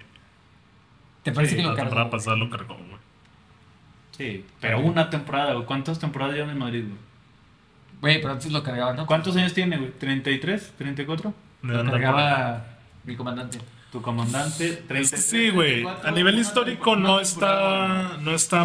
S2: ¿Te parece
S1: Sí,
S2: que lo
S1: la temporada
S2: cargó?
S1: pasada lo cargó, güey.
S5: Sí, pero una temporada, güey. ¿Cuántas temporadas lleva en el Madrid, güey?
S2: Güey, pero antes lo cargaba, ¿no?
S5: ¿Cuántos años tiene, güey? ¿33? ¿34?
S1: Me
S2: Lo
S1: dan la bola.
S2: cargaba mi comandante.
S5: Tu comandante, 33.
S1: Sí, güey. A nivel histórico no está. No está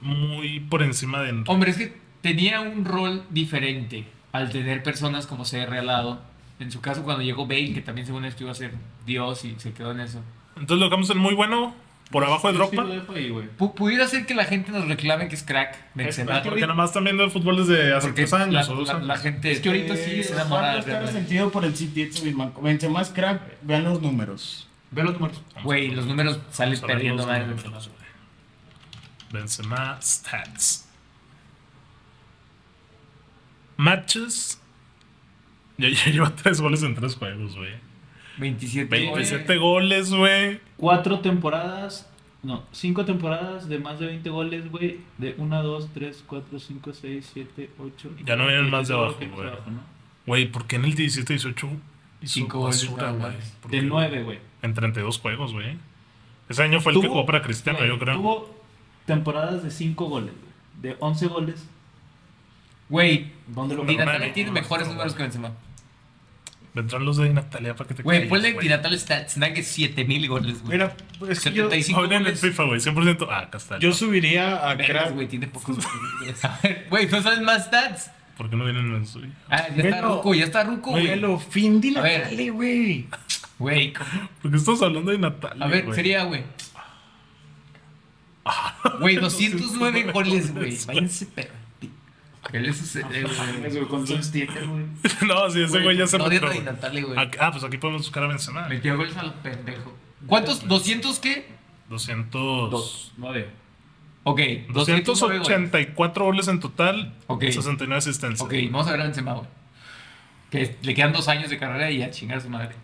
S1: muy por encima de Henry.
S2: Hombre, es que tenía un rol diferente al tener personas como CR al lado. En su caso, cuando llegó Bale, que también según esto iba a ser Dios y se quedó en eso.
S1: Entonces lo dejamos en muy bueno. Por abajo de
S5: Yo sí
S1: Drogba.
S5: lo dejo ahí, güey.
S2: Pu- pudiera ser que la gente nos reclame que es crack Benzema.
S1: Porque nada más están viendo el fútbol desde hace
S2: porque
S1: tres años
S2: la,
S1: o dos
S2: la-
S1: años.
S2: la gente
S5: Es que ahorita sí
S2: se
S5: es
S2: enamora
S4: Eh, está
S2: de
S4: resentido por el City, este mismo. Benzema es crack, vean los números.
S5: Ve los números.
S2: Güey, los números salen
S1: Vamos a ver
S2: perdiendo
S1: los
S2: madre.
S1: números, güey. Benzema stats. Matches. Ya, ya lleva tres goles en tres juegos, güey.
S2: 27.
S1: 27 goles, güey.
S5: Cuatro temporadas. No, cinco temporadas de más de 20 goles, güey. De 1, 2, 3, 4, 5, 6, 7, 8.
S1: Ya no vienen más de abajo, güey. Güey, ¿por qué en el 17-18 hizo
S2: Cinco goles
S1: basura,
S2: nada
S1: güey?
S2: más.
S1: ¿Por
S5: De
S1: qué?
S5: 9, güey.
S1: En 32 juegos, güey. Ese año fue el que
S5: Tuvo-
S1: jugó para Cristiano, yo creo.
S5: Tuvo temporadas de 5 goles, güey. de 11 goles.
S2: Güey,
S5: ¿Dónde lo
S1: Mira,
S5: metieron?
S2: Dinatale tiene mejores números que Benzema.
S1: Vendrán los de Natalia para que te
S2: Güey,
S1: calles,
S2: ponle Dinatale Stats, que 7000 goles, güey.
S4: Mira, pues, es que yo,
S2: 75
S1: Ahora en el
S2: goles.
S1: FIFA, güey, 100%. Ah, acá está.
S4: yo subiría a
S2: Vergas,
S4: crack.
S2: güey, tiene pocos goles. A ver, Güey, no salen más stats.
S1: ¿Por qué no vienen en su...
S2: Ah, ya está
S4: Velo.
S2: Ruco, ya está Ruco,
S4: Güey,
S2: güey.
S4: lo fin, dile,
S2: A ver.
S4: dale, güey.
S2: Güey, ¿cómo?
S1: Porque estamos hablando de Natalia.
S2: a ver,
S1: güey.
S2: sería, güey. Güey, 209 goles, güey. Váyanse, perro. ¿Qué le sucede, güey?
S1: No, sí, ese güey ya se
S2: No,
S1: retiró,
S2: de
S1: güey.
S2: Natale, güey.
S1: Ac- Ah, pues aquí podemos buscar a Benzema.
S2: Metió goles a los pendejos. ¿Cuántos? ¿200 qué?
S1: 200.
S5: 2, 9.
S2: Ok, 209 goles.
S1: 284 goles en total,
S2: Ok.
S1: 69 asistencias.
S2: Ok, vamos a ver a Benzema, güey. Que le quedan dos años de carrera y a chingar a su madre.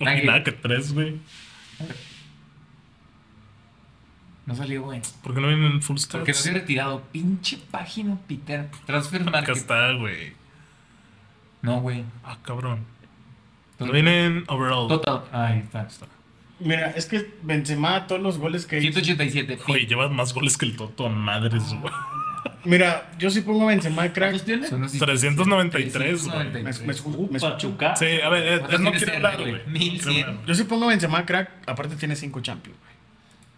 S1: Y
S2: tranqui.
S1: nada que tres, güey.
S2: No salió, güey.
S1: ¿Por qué no vienen en full stats?
S2: Porque no se ha retirado. Pinche página, Peter. Transfer
S1: Acá
S2: Market.
S1: está, güey.
S2: No, güey.
S1: Ah, cabrón. No vienen overall.
S2: Total. Ahí está.
S4: Mira, es que Benzema, todos los goles que hizo.
S2: 187. fin.
S1: Güey, llevas más goles que el Toto, madres, güey.
S4: Mira, yo sí pongo a Benzema crack.
S2: Son los
S1: 393, güey.
S2: 393.
S4: Me- me- me-
S5: Pachuca.
S1: Sí, a ver, Ed,
S2: ¿Cuántos
S1: Ed no
S2: tiene
S1: quiere
S2: CR,
S1: hablar,
S2: güey?
S1: güey.
S2: 1100.
S4: yo sí pongo a Benzema crack, aparte tiene cinco champions. güey.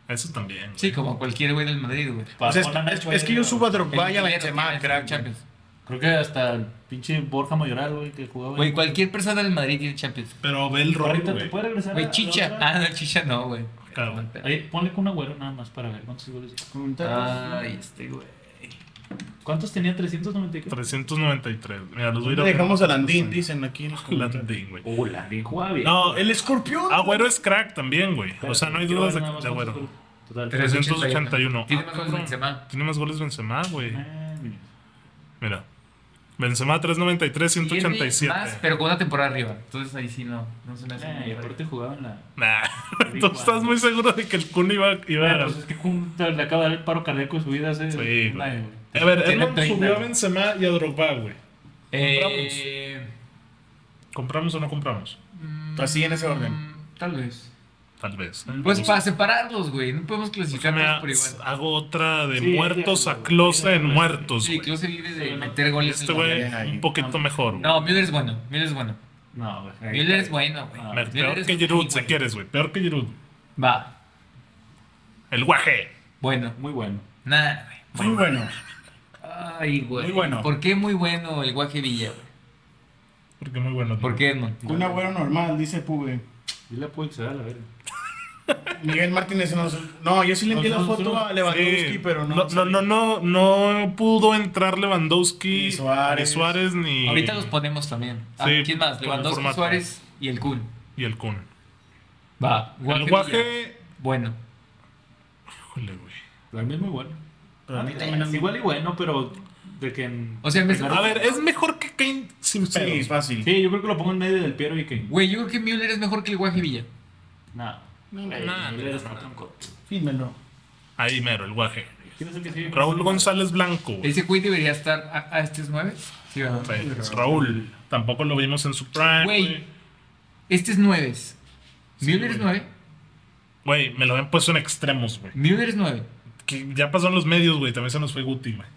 S1: Eso también.
S2: Sí, como cualquier güey del Madrid, güey.
S5: Pa-
S4: O sea,
S5: Barcelona,
S4: es,
S5: güey,
S4: es que yo
S5: güey.
S4: subo a Drogba y a
S2: El
S4: Benzema
S2: tiene
S4: crack.
S2: Champions.
S5: Creo que hasta el pinche Borja Mayoral, güey, que jugaba.
S2: Güey, cualquier persona del Madrid tiene Champions.
S1: Pero ve el rol,
S5: Ahorita te
S1: güey.
S5: puede regresar.
S2: Güey,
S5: a-
S2: Chicha.
S5: a
S2: Ah, no, Chicha no, güey.
S1: Cabrón.
S5: otra? Ahí, ponle con un agüero nada más para ver cuántos goles.
S4: güey.
S2: Ay, este güey.
S5: ¿Cuántos tenía? 394.
S1: 393. Mira, los voy a ir a
S4: Le dejamos a Landín, dicen aquí en los comentarios.
S1: Landín, güey.
S5: Oh, la bien jugaba bien.
S1: No,
S4: El escorpión.
S2: Ah,
S1: Agüero es crack también, güey. O sea, no hay dudas de,
S5: Nada más
S1: de Agüero.
S5: cuántos goles. Total.
S1: 381.
S2: Tiene
S1: Ah,
S2: más goles
S1: cabrón.
S2: Benzema.
S1: Tiene más goles Benzema, güey.
S5: Ah, mira.
S1: Mira. Benzema 393,
S2: Tiene
S1: 187.
S2: Más, pero con una temporada arriba. Entonces ahí sí no. No se me
S1: Eh,
S2: hace.
S5: Ah,
S2: muy
S5: Y
S2: raro.
S5: aparte jugaba en la.
S1: Nah, tú estás muy seguro de que el Kun iba, iba a
S5: Ah, pues es que Kun le acaba de dar el paro cardíaco de su vida hace.
S1: Sí,
S5: un
S1: güey.
S5: año,
S1: A ver,
S2: Tiene
S1: Edmond
S2: 30.
S1: subió a Benzema y a Drogba, güey.
S2: Eh,
S1: ¿Compramos o no compramos?
S4: Así en ese orden.
S2: mm, Tal vez.
S1: Tal vez.
S2: Pues para separarlos, güey. No podemos clasificarlos por
S1: Déjame,
S2: igual.
S1: hago otra de
S5: Sí,
S1: muertos
S5: sí,
S1: a
S5: sí,
S1: Close
S5: sí,
S1: en
S5: sí,
S1: muertos.
S2: Sí,
S1: güey.
S2: Klose vive de
S5: Sí, no.
S2: meter goles. en
S1: pues, Este
S2: la
S1: güey,
S2: goleada.
S1: un poquito
S5: No.
S1: mejor. güey.
S2: No, Müller es bueno. Müller es bueno.
S5: No, güey. ahí
S2: Müller es
S5: está.
S2: bueno, güey.
S5: Ah,
S1: A ver,
S2: Müller
S1: Ah, peor
S2: es
S1: que
S2: muy
S1: Giroud, si
S2: bueno.
S1: quieres, güey. Peor que Giroud.
S2: Va.
S1: El guaje.
S2: Bueno.
S5: Muy bueno.
S2: Nada, güey.
S4: Muy bueno.
S2: Ay, güey.
S4: Muy bueno.
S2: ¿Por qué muy bueno el Guaje Villa, güey?
S1: Porque muy bueno.
S2: ¿Por qué, no?
S4: Un agüero normal, dice Pube.
S5: Dile a Puig, se da la verga.
S4: Miguel Martínez no. No, yo sí le envié la foto a Lewandowski,
S1: Sí.
S4: pero no.
S1: No, no, no, no, no pudo entrar Lewandowski,
S4: Ni Suárez.
S1: ni, Suárez, ni-
S2: Ahorita los ponemos también. Ah,
S1: Sí,
S2: ¿Quién más?
S1: con el
S2: Lewandowski,
S1: formato.
S2: Suárez y el Kun.
S1: y el Kun.
S2: Va.
S1: el
S2: Villa.
S1: guaje.
S2: Bueno.
S1: Híjole, güey.
S5: Para mí es muy bueno.
S4: Pero no-
S5: Igual y bueno, pero de que... en-
S2: O sea, me-
S5: Claro.
S1: A ver, es mejor que Kane sin
S4: Sí,
S1: pedos.
S4: fácil.
S5: Sí, yo creo que lo pongo en medio del Piero y que...
S2: Güey, yo creo que Müller es mejor que el Guaje Villa.
S5: Nada.
S4: No, no,
S5: Nah,
S2: no,
S5: Müller es
S2: no, no.
S5: tronco.
S4: Fírmelo.
S1: Ahí mero, el guaje.
S5: ¿Quién es el que sigue?
S1: Raúl González Blanco. güey.
S2: Ese güey debería estar a, a estos nueve. Sí, ¿verdad?
S1: Sí, Raúl. Tampoco lo vimos en su prime.
S2: Güey.
S1: Güey.
S2: Este es nueve. Müller
S1: güey.
S2: es nueve.
S1: Güey, me lo habían puesto en extremos, güey.
S2: Müller es nueve.
S1: Que ya pasaron los medios, güey. También se nos fue Guti, güey.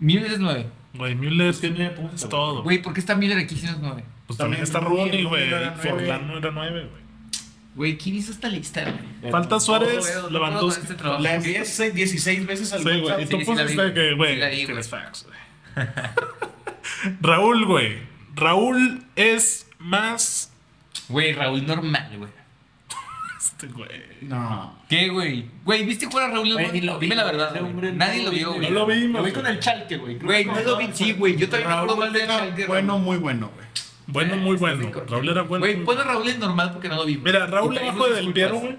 S2: Müller es nueve.
S1: Güey, Müller
S5: Es que no le pongo
S1: es
S5: esta,
S1: todo.
S2: Güey, ¿por qué está Müller aquí si no es nueve?
S1: Pues también
S4: También
S1: está
S4: Rooney,
S1: Rooney, güey.
S4: Rooney era
S1: y
S4: nueve.
S1: Forlán no era nueve, güey.
S2: Güey, ¿quién hizo esta lista, güey?
S5: güey.
S1: Falta
S2: No
S1: Suárez,
S2: puedo, no puedo con
S1: Lewandowski.
S2: este trabajo.
S4: La envié seis- 16 veces al
S1: Sí, güey. Y
S4: WhatsApp.
S1: tú
S2: Sí, sí la vi,
S1: pusiste que, güey,
S2: sí la vi,
S1: que
S2: güey.
S1: los facts, güey. Raúl, güey. Raúl es más.
S2: Güey, Raúl normal, güey.
S1: Este, güey.
S4: No.
S2: ¿Qué, güey? Güey, ¿viste jugar a Raúl?
S5: Güey, ni lo vi,
S2: Dime la
S5: güey,
S2: verdad,
S5: ese
S2: güey.
S5: hombre no
S2: Nadie lo
S5: vi,
S2: vio,
S5: güey.
S2: güey.
S1: No lo vimos.
S5: Lo vi con
S1: güey.
S5: el chalque, güey. Creo
S2: Güey,
S5: que
S2: no lo vi, sí, güey. Yo también me
S4: Raúl
S2: acuerdo mal de
S4: era
S2: Schalke,
S4: bueno, muy bueno, güey.
S1: Bueno, muy bueno. Raúl era bueno.
S2: Güey, pon a Raúl en normal porque no lo vi. güey.
S1: Mira, Raúl
S2: Y pedimos
S1: abajo de del
S2: disculpas.
S1: Piero, güey.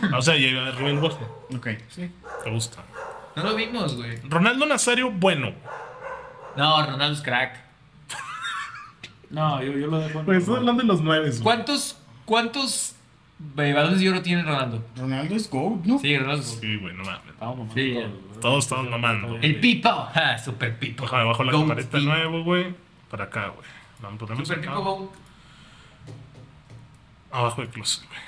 S1: ¿O no? O sea, llega Rubén Boje.
S4: Ok.
S1: Te gusta.
S2: No lo vimos, güey.
S1: Ronaldo Nazario, bueno.
S2: No, Ronaldo es crack.
S5: No, yo, yo lo dejo en
S2: Pues,
S1: de los nueve, güey.
S2: ¿Cuántos, cuántos eh, balones de oro tiene Ronaldo?
S4: Ronaldo es GOAT, ¿no?
S2: Sí, Ronaldo. es-
S1: Sí, güey, no mames.
S5: Estamos mamando
S2: Sí,
S5: todos, güey.
S1: todos estamos mamando.
S2: El Pipo. Ah, super Pipo.
S1: Déjame bajo la
S2: Goat
S1: campanita de
S2: Pipo.
S1: nuevo, güey. Para acá, güey. La ponemos
S2: Super
S1: acá.
S2: Pipo Goat.
S1: Abajo de closet, güey.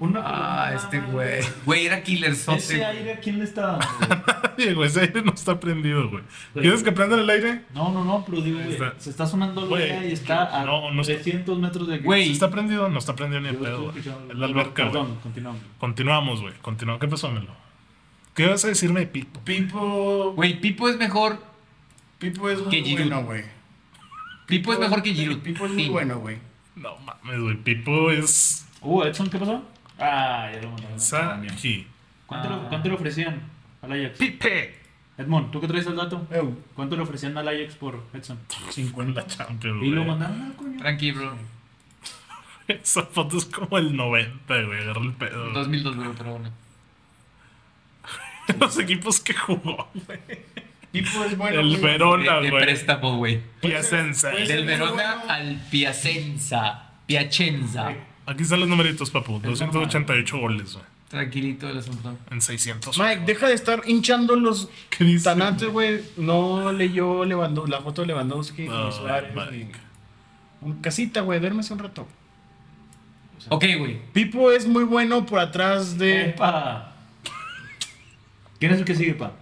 S5: Una
S2: Ah, este güey. Güey, era killer sote,
S5: Ese
S2: güey.
S5: aire, ¿a quién le está dando? güey?
S1: Nadie, güey. Ese aire no está prendido, güey. ¿Quieres que prenda el aire?
S5: No, no, no, pero digo, güey,
S1: Está-
S5: se está sonando la
S1: Güey,
S5: idea y está a
S1: no, no está-
S5: 300 metros de aquí.
S2: Güey,
S1: ¿Sí ¿Está prendido? No está prendido ni
S5: Yo
S1: el
S5: estoy
S1: pedo, güey.
S5: escuchando-
S1: Es la alberca, güey.
S5: Perdón, continuamos.
S1: Continuamos, güey. Continuamos. ¿Qué pasó, Melo? ¿Qué vas a decirme de Pipo?
S4: Pipo.
S2: Güey, Pipo es mejor.
S4: Pipo es
S2: Que
S4: muy
S2: Giroud.
S4: bueno, güey.
S2: Pipo es mejor que Giroud.
S4: Pipo es muy
S2: Sí.
S4: bueno, güey.
S1: No mames, güey. Pipo es.
S5: Uh, Edson, ¿qué pasó? Ah, ya lo mandaron.
S1: Saji.
S5: ¿Cuánto,
S2: Ah.
S5: le, ¿Cuánto le ofrecían al Ajax?
S1: Pipe.
S5: Edmond, ¿tú qué traes el dato?
S4: Eu,
S5: ¿Cuánto le ofrecían al Ajax por Edson?
S4: 50.
S1: La Champions,
S5: Y lo
S1: güey.
S5: mandaron al coño.
S2: Tranqui, bro.
S1: Esa foto es como el 90, güey. Agarra el pedo.
S2: 2002, güey, pero bueno.
S1: Los equipos que jugó, güey.
S4: Pipo es bueno. pues, eh,
S1: El
S4: güey.
S1: Verona,
S2: De- de
S1: güey.
S2: Eh, préstamo, güey.
S1: Piacenza.
S4: Puede ser
S2: Del
S4: muy
S2: Verona
S4: bueno.
S2: al Piacenza. Piacenza.
S1: Aquí están los numeritos, papu. 288 goles, güey.
S2: Tranquilito el asunto.
S1: En 600.
S4: Mike, deja de estar hinchando los
S1: ¿Qué dice?
S4: tanates, güey. No leyó Lewando- la foto de Lewandowski,
S1: No,
S4: ni Suárez,
S1: Ah, Mike.
S4: ni- Un- Casita, güey, duérmese un rato.
S2: Ok, güey.
S4: Pipo es muy bueno por atrás de.
S5: Epa. ¿Quién es el que sigue, pa?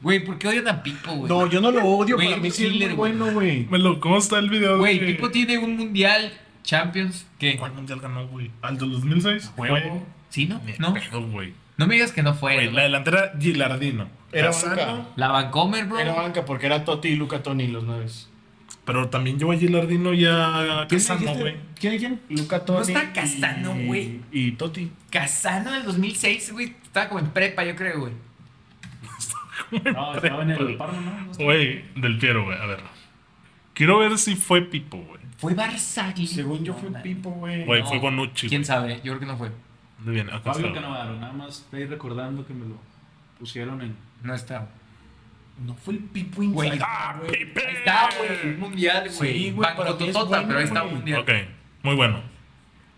S2: Güey, ¿por qué odian a Pipo, güey?
S4: No, yo no lo odio,
S2: Güey,
S4: para mí
S2: un
S4: sí es muy
S2: killer, güey.
S4: bueno, güey.
S1: Melo, ¿cómo está el video?
S2: Güey,
S1: de-
S2: Pipo tiene un mundial Champions. ¿Qué?
S1: ¿Cuál mundial ganó, güey? ¿Al del 2006?
S4: Huevo.
S2: ¿Sí, no?
S1: Ni
S2: No.
S1: pedo, güey.
S2: No me digas que no fue.
S1: Güey,
S2: ¿no?
S1: la delantera Gilardino.
S4: Era
S1: Casano,
S4: banca.
S2: La Vancomer, bro.
S4: Era banca porque era Totti y Luca Toni los nueves.
S1: Pero también llevó a Gilardino y a Casano,
S5: dijiste?
S1: güey.
S5: ¿Quién es quién?
S4: Luca Toni.
S2: está Casano,
S4: y-
S2: güey.
S4: Y Totti.
S2: Casano del 2006, güey. Estaba como en prepa, yo creo, güey.
S5: No, estaba en el Parma, ¿no? No estaba.
S1: Güey, del Piero, güey. A ver. Quiero ver si fue Pipo, güey.
S2: Fue Barzagli.
S4: Según yo
S2: No,
S4: fue
S2: man.
S4: Pipo, güey.
S1: Güey,
S2: No.
S1: fue Bonucci.
S2: ¿Quién
S1: güey.
S2: sabe? Yo creo que no fue.
S1: Muy bien, acá
S5: Fabio
S1: está.
S5: Canavaro, nada más estoy recordando que me lo pusieron en...
S2: No está.
S4: No fue el Pipo
S2: Güey.
S4: Insight,
S1: ¡Ah,
S4: güey.
S1: Pipe!
S2: Ahí está, güey. Un mundial, güey.
S4: Sí, güey, para mí es
S2: Bancototota,
S4: bueno,
S2: pero ahí está un
S4: güey.
S2: mundial.
S1: Ok, muy bueno.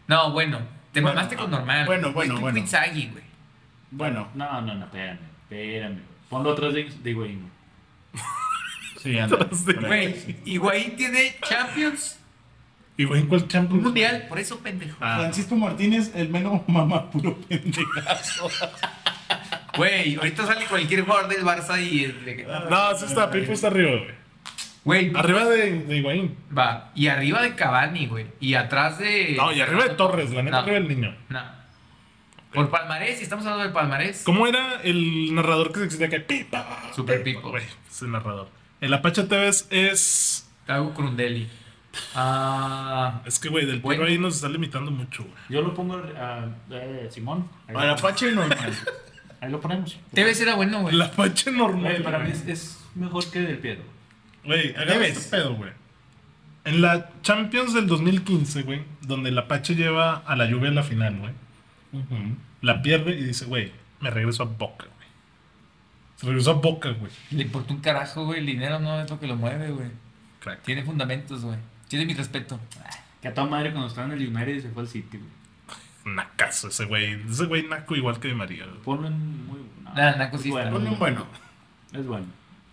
S2: No, bueno. Te
S4: Bueno,
S2: mamaste con normal.
S4: bueno, bueno,
S2: Es
S4: bueno.
S2: Pipo Inzaghi, güey.
S4: Bueno,
S5: No, no, no, espérame, espérame. güey. Ponlo atrás de, de Higuaín. güey.
S4: Sí, anda.
S1: Tras de-
S4: por ahí.
S2: Güey, Higuaín tiene Champions,
S1: ¿Y güey, cuál
S2: un
S1: Champions?
S2: mundial, por eso pendejo.
S4: Francisco Martínez, el menos mamá puro pendejazo.
S2: Güey, ahorita sale cualquier jugador del Barça y... el de-
S4: Ah.
S1: No, sí está, Pipo está arriba, güey.
S2: Güey,
S1: Arriba de, de Higuaín.
S2: va. Y arriba de Cavani, güey. Y atrás de...
S1: No, y arriba de Torres, la neta,
S2: No.
S1: arriba del niño.
S2: No. Por Palmarés, si estamos hablando de Palmarés.
S1: ¿Cómo era el narrador que se existía que Pipa?
S2: Super
S1: Pipa,
S2: Pipo.
S1: Güey, ese narrador. El Apache Tevez es.
S2: Tago Crundelli. Ah...
S1: Es que, güey, del
S2: Bueno.
S1: Piro ahí nos está limitando mucho, güey.
S5: Yo lo pongo a, eh, Simón. Ahí,
S4: Para
S5: lo-
S4: Apache normal.
S5: ahí lo ponemos.
S2: Tevez era bueno, güey.
S1: El Apache normal.
S5: Güey, para mí
S1: güey.
S5: es, es mejor que Del Piero.
S1: Güey, agarra
S4: Debes.
S1: este pedo, güey. En la Champions del 2015, güey, donde el Apache lleva a la lluvia a la final, güey. La pierde y dice, güey, me regreso a Boca, güey. Se regresó a Boca, güey.
S2: Le importa un carajo, güey. El dinero no es lo que lo mueve, güey.
S1: Crack.
S2: Tiene fundamentos, güey. Tiene mi respeto.
S5: Que a toda madre cuando estaba en el United se fue al City, güey.
S1: Nacazo ese güey. Ese güey naco igual que Di María, güey.
S5: Ponlo en muy... no,
S2: Nah, naco sí
S5: es bueno,
S2: está.
S5: güey.
S4: Ponle un bueno.
S5: Es bueno.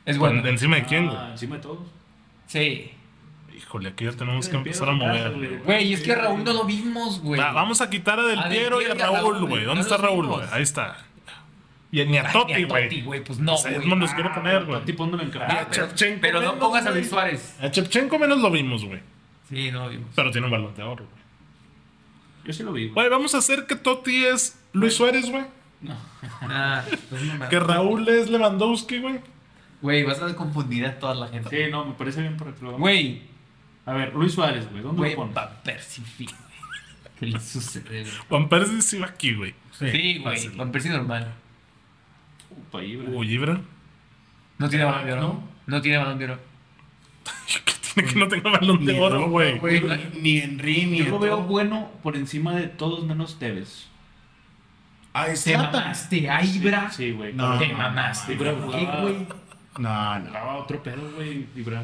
S2: Es bueno.
S1: Por encima de quién,
S5: Ah,
S1: güey.
S5: encima de todos.
S2: Sí.
S1: Híjole, aquí ya tenemos
S5: Del
S1: que
S5: Piero
S1: empezar a
S5: en casa,
S1: mover.
S5: güey.
S1: güey.
S2: Güey, es que a Raúl no lo vimos, güey.
S1: Va, vamos a quitar a Del
S2: A Del
S1: Piero y a
S2: Piero y a Raúl,
S1: Raúl,
S2: güey.
S1: güey.
S2: No
S1: ¿Dónde está
S2: los
S1: Raúl,
S2: vimos.
S1: güey? Ahí está. Y ni a
S2: Ay,
S1: Totti,
S2: ni a
S1: güey.
S2: Totti, güey. Pues no,
S1: O sea,
S2: güey.
S1: no los quiero poner, güey.
S5: Toti, póndolo en cara.
S2: Ah,
S1: a
S2: pero,
S1: Shevchenko
S2: pero no
S1: menos,
S2: pongas a
S1: güey.
S2: Luis Suárez.
S1: A Chepchenko menos lo vimos, güey.
S2: Sí, no lo vimos.
S1: Pero tiene un balón de oro, güey.
S5: Yo sí lo vi, güey.
S1: Güey, vamos a hacer que Totti es Luis Suárez, güey.
S2: Ah, pues no mames.
S1: Que Raúl es Lewandowski, güey.
S2: Güey, vas a confundir a toda la gente.
S5: Sí, no, me parece bien para que lo hagamos.
S2: Güey,
S5: A ver, Luis Suárez, güey. ¿Dónde
S2: güey,
S5: lo pones?
S2: Van Persie, güey. ¿Qué le sucede, güey?
S1: Juan Pérez sí va aquí, güey.
S2: Sí, güey.
S1: fácil.
S2: Van Persie normal.
S5: Upa, ahí, güey.
S1: Uy, Ibra.
S2: No tiene balón de oro. No tiene balón de oro.
S1: Que tiene que no tenga balón de oro, güey.
S4: Ni Henry, ni.
S5: Yo lo veo bueno por encima de todos menos Tevez.
S4: Ah, es
S2: Te mamaste a Ibra.
S5: Sí, güey.
S4: No.
S2: Te mamaste.
S5: Ibra jugaba-
S2: ¿Qué, güey?
S4: No, no.
S5: Jugaba otro pedo, güey. Ibra.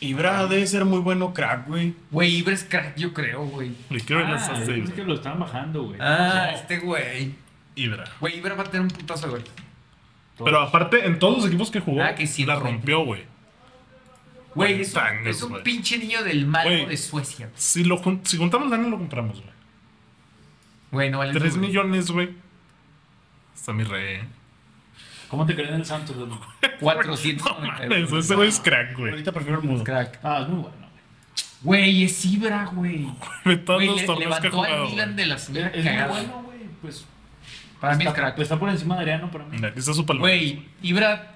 S4: Ibra debe ser muy bueno crack, güey.
S2: Güey, Ibra es crack, yo creo, güey.
S1: Le quiero ver las
S5: Ah,
S1: asas de
S5: es que
S1: Ibra.
S5: lo estaban bajando, güey.
S2: Ah, este güey.
S1: Ibra.
S2: Güey, Ibra va a tener un putazo, güey.
S1: Pero aparte, en todos los equipos que jugó,
S2: Ah, que sí,
S1: la
S2: güey.
S1: rompió, güey.
S2: Güey, es, un-
S1: Tangas,
S2: es un
S1: güey.
S2: pinche niño del malo
S1: Güey.
S2: de Suecia.
S1: Si, lo jun- si juntamos lana, lo compramos, güey.
S2: Güey, no vale.
S1: Tres
S2: nada, güey.
S1: millones, güey. Está mi rey. ¿eh?
S5: ¿Cómo te creen en el Santos? güey?
S2: 490
S1: Eso,
S2: euros.
S1: ese güey es crack, güey.
S4: Ahorita prefiero el mudo.
S2: Crack.
S5: Ah, es muy bueno, güey.
S2: Güey, es Ibra, güey.
S1: De todos
S2: Güey,
S1: los
S2: le-
S1: torneos que ha
S2: levantó al
S1: jugado.
S2: Milan de la señora
S5: Es muy
S2: cagada.
S5: bueno, güey. Pues
S2: Para mí es
S5: está,
S2: crack.
S5: está por encima de Adriano para mí.
S1: Mira, aquí está su palabra.
S2: Güey, Ibra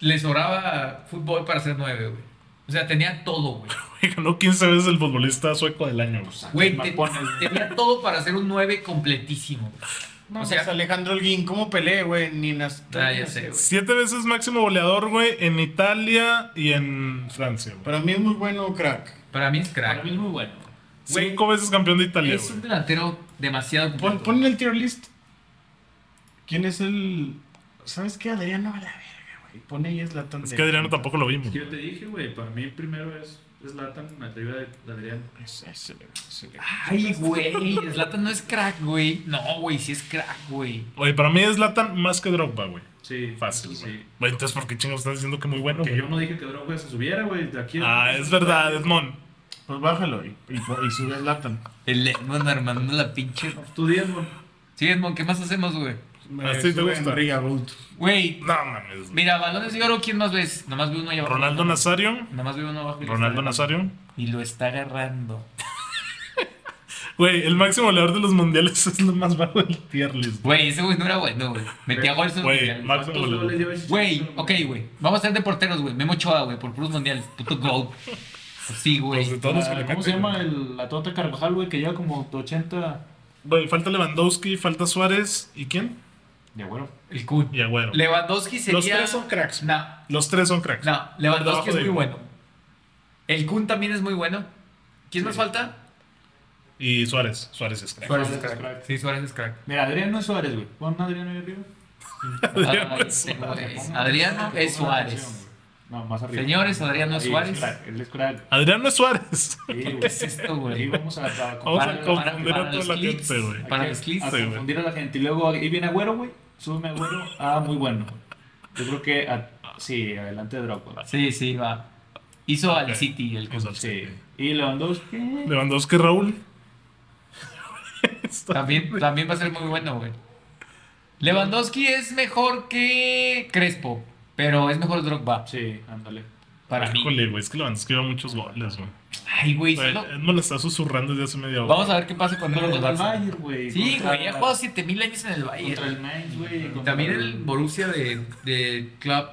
S2: le sobraba fútbol para ser nueve, güey. O sea, tenía todo, güey.
S1: Güey, Ganó 15 veces el futbolista sueco del año, güey.
S2: Güey,
S5: más
S2: te-
S5: pones, güey?
S2: tenía todo para ser un nueve completísimo. güey.
S4: No,
S2: o sea-
S4: pues, Alejandro Holguín, ¿cómo peleé, güey? Ni las. eh,
S2: Ah, ya sé, güey.
S1: Siete veces máximo goleador, güey, en Italia y en Francia, güey.
S4: Para mí es muy bueno crack.
S2: Para mí es
S5: Para
S2: crack.
S5: mí es muy bueno. güey.
S2: güey,
S1: Cinco veces campeón de Italia,
S2: Es un
S1: güey.
S2: delantero demasiado
S4: Pon,
S2: completo.
S4: pon en el tier list. ¿Quién es el. ¿Sabes qué? Adriano a la verga, güey. Pone ahí es la
S1: Es que Adriano tampoco lo vimos.
S5: Es que yo te dije, güey. Para mí primero es Zlatan arriba de de Adriano.
S4: Es, es, es- es-
S1: Ah,
S2: Ay, güey, Zlatan no es crack, güey. No, güey, sí es crack, güey.
S1: Oye, para mí es Latan más que Drogba, güey.
S5: Sí.
S1: Fácil,
S5: sí.
S1: güey. Güey, entonces, ¿por qué chingados estás diciendo que muy bueno,
S5: Que
S1: güey?
S5: yo no dije que Drogba se subiera, güey. De aquí.
S1: Ah, es verdad, Edmond.
S4: Pues bájalo y, y, y sube a Zlatan.
S2: El Edmond armando la pinche.
S5: Tú diez, güey.
S2: Sí, Edmond, ¿qué más hacemos, güey?
S4: Me
S1: Así te
S4: sube
S1: gusta.
S4: Henry a Goat.
S2: Güey,
S1: No mames, güey.
S2: mira, balones de oro, ¿quién más ves? Nomás veo uno allá abajo.
S1: Ronaldo Nazario.
S2: Nomás veo uno abajo. y lo
S1: Ronaldo
S2: está agarrando.
S1: Nazario.
S2: Y lo está agarrando.
S1: Güey, el máximo goleador de los mundiales es lo más bajo del tier list, güey.
S2: Güey, ese güey no era bueno, güey. Metía goles. en los
S1: Güey,
S2: mundiales.
S1: Máximo
S5: ¿Cuántos
S1: goleador.
S5: goles lleva Chicharo?
S2: Güey, ok, güey. Vamos a ser de porteros, güey. Memo Ochoa, güey, por puros mundiales. Puto goat. Sí,
S1: Pues de
S2: güey.
S1: todos los que le
S5: Ah, ¿Cómo
S1: meten,
S5: se llama
S1: güey.
S5: el, la Tota Carvajal, güey? Que lleva como 80
S1: Güey, falta Lewandowski, falta Suárez. ¿Y quién?
S5: de agüero.
S2: El Kun.
S1: Y Agüero.
S2: Lewandowski sería.
S1: Los tres son cracks.
S2: No,
S1: Los tres son cracks.
S2: no. Lewandowski
S1: Abajo
S2: es
S1: de-
S2: muy bueno. El Kun también es muy bueno. ¿Quién más falta?
S1: Y Suárez. Suárez es crack.
S2: Suárez es
S5: Suárez es
S2: crack.
S5: crack.
S2: Sí, Suárez es crack.
S5: Mira, Adriano es Suárez, güey. Pon a Adriano ahí arriba.
S1: Adriano
S2: Ay,
S1: es
S2: tengo
S5: Para que
S2: es-
S5: ponga- para
S2: Ah, Pues, Adriano
S5: que
S2: es
S5: ponga
S2: Suárez.
S5: atención, güey. No, más arriba.
S2: Señores, Adriano es
S5: Ahí,
S2: Suárez.
S5: crack, Él es crack.
S1: Adriano es Suárez.
S5: Sí, güey.
S2: ¿Qué es esto,
S5: Y
S2: güey?
S5: vamos a, a
S1: Vamos a
S5: comparar-
S2: para-
S1: confundir
S2: para
S1: a toda
S2: los
S1: la
S2: clips.
S1: gente, güey.
S2: Para
S5: Aquí,
S2: los clips.
S5: A
S1: Sí, güey.
S5: confundir a la gente. Y luego ahí viene Agüero, güey. Súbeme Agüero. Ah, muy bueno. güey. Yo creo que a Sí, adelante de Drogba.
S2: Ah, Sí, sí, va. Hizo al City el
S1: Hizo al
S2: coach.
S5: Sí. Y Lewandowski.
S1: Lewandowski Raúl. Está-
S2: También, también va a ser muy bueno, güey. Lewandowski es mejor que Crespo, pero es mejor Drogba,
S5: Sí, ándale.
S2: para mí.
S1: Híjole, güey, es que Lewandowski lleva muchos goles, güey.
S2: Ay, güey,
S1: Güey,
S2: solo-
S1: Edmond le está susurrando desde hace media hora.
S2: Vamos a ver qué pasa con
S5: Pero
S2: Drogba.
S5: contra el Bayern, güey.
S2: Sí,
S5: Contra-
S2: güey, ha jugado 7000 años en el
S5: Contra
S2: Bayern.
S5: el Mainz, güey. contra
S2: También el Borussia de, de Club.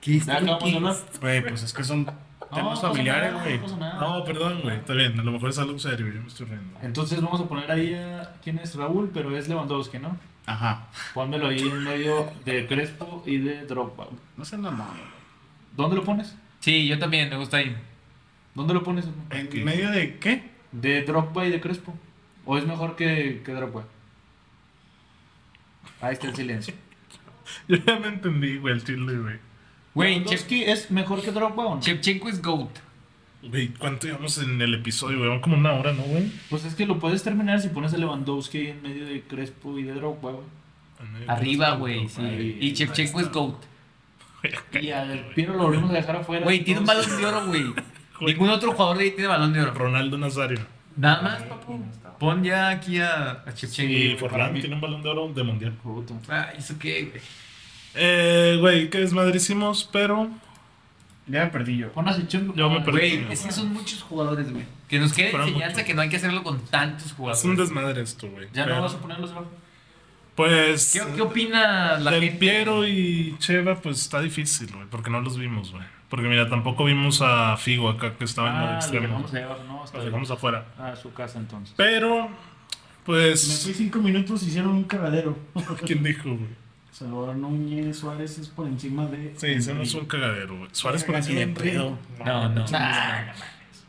S2: ¿Qué
S5: Ya acabamos de hablar.
S4: Güey, pues es que son
S5: No, no
S4: temas
S5: pasa
S4: familiares,
S5: nada,
S4: güey.
S5: no pasa nada.
S1: No, perdón, güey. Está bien, a lo mejor es algo serio, yo me estoy riendo.
S5: Entonces vamos a poner ahí a... ¿Quién es Raúl? Pero es Lewandowski, ¿no?
S4: Ajá.
S5: Pónmelo ahí en medio de Crespo y de Drogba.
S4: No sean mamón.
S5: ¿Dónde lo pones?
S2: Sí, yo también, me gusta ahí.
S5: ¿Dónde lo pones? hermano?
S4: ¿En
S1: Ok.
S4: medio de qué?
S5: ¿De Drogba y de Crespo? ¿O es mejor que, que Drogba? Ahí está el silencio.
S1: Yo ya me entendí, güey, el chile, güey.
S2: Güey, Chep-
S5: ¿Lewandowski es mejor que Drogba o no?
S2: Chepchenko es GOAT.
S1: Güey, ¿cuánto llevamos en el episodio, güey? Vamos como una hora, ¿no, güey?
S5: Pues es que lo puedes terminar si pones a Lewandowski ahí en medio de Crespo y de Drogba, güey.
S2: Arriba, güey, sí.
S5: Ahí,
S2: Y pues, Chepchenko es GOAT.
S5: Y a Del Piero lo volvimos a dejar afuera.
S2: Güey, tiene un
S5: entonces-
S2: balón de oro, güey. Ningún otro jugador de ahí tiene balón de oro.
S1: Ronaldo Nazario.
S2: Nada más, papu. Pon ya aquí a, a Chepchenko.
S1: Y Forlán tiene un balón de oro de mundial.
S5: Puta.
S2: Ah, ¿eso qué, güey?
S1: Eh, güey, qué desmadrecimos, pero.
S4: Ya me perdí yo.
S5: Pon a Sichenko.
S1: Yo me perdí.
S2: Güey, es que son muchos jugadores, güey. Que nos quede
S1: Fueron
S2: enseñanza
S1: muchos.
S2: que no hay que hacerlo con tantos
S1: Es un
S2: jugadores.
S1: desmadre esto, güey.
S5: Ya
S1: Pero,
S5: no vas a ponerlos abajo.
S1: Pues.
S2: ¿Qué, qué opina la
S1: Del
S2: gente?
S1: Piero y Cheva, pues está difícil, güey, porque no los vimos, güey. Porque mira, tampoco vimos a Figo acá que estaba en el
S5: Ah, lo
S1: extremo. Pues
S5: dejamos ahí abajo, ¿no? Hasta
S1: Los dejamos afuera.
S5: a su casa entonces.
S1: Pero,
S4: Me fui
S1: pues.
S4: cinco minutos y hicieron un cagadero.
S1: ¿Quién dijo, güey?
S4: Salvador Núñez Suárez es por encima de.
S1: Sí, hicimos un cagadero, güey. Suárez por encima de
S4: pedo.
S2: No, no. Ah,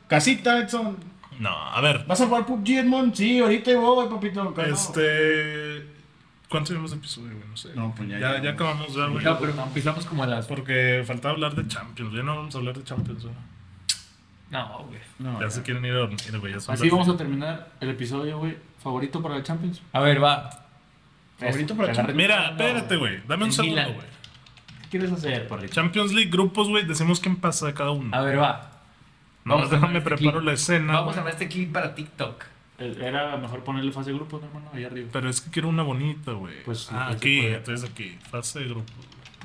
S4: Casita, Edson.
S1: No, a ver.
S4: ¿Vas a jugar PUBG, Edmond? Sí, ahorita voy, papito. pero no.
S1: Este. ¿Cuánto llevamos de episodio, güey? No sé.
S4: No, pues ya
S1: ya,
S4: llegamos.
S1: ya acabamos ya, güey.
S5: pues.
S2: No, pero empezamos como a las.
S1: Porque faltaba hablar de Champions. Ya no vamos a hablar de Champions, güey.
S2: No, güey.
S4: No,
S1: Ya se quieren ir a dormir, güey. ya son
S5: Así
S1: las-
S5: vamos a terminar el episodio, güey. ¿Favorito para la Champions?
S2: A ver, va.
S5: Favorito
S4: para
S5: la
S1: Mira, espérate, güey. Dame un
S2: El
S1: segundo,
S2: Milan.
S1: güey.
S5: ¿Qué quieres hacer, parrito?
S1: Champions League, grupos, güey. Decimos quién pasa de cada
S2: A
S1: uno.
S2: ver, va.
S1: Nomás
S2: vamos a
S1: déjame
S2: ver este
S1: preparo
S2: clip.
S1: la escena.
S2: Vamos a
S1: güey.
S2: ver este clip para TikTok.
S5: Eh, Era mejor ponerle fase de grupo, ¿no, hermano, ahí arriba.
S1: Pero es que quiero una bonita, güey.
S5: Pues sí,
S1: ah,
S5: pues sí,
S1: aquí,
S5: puede.
S1: entonces aquí. Fase de grupos.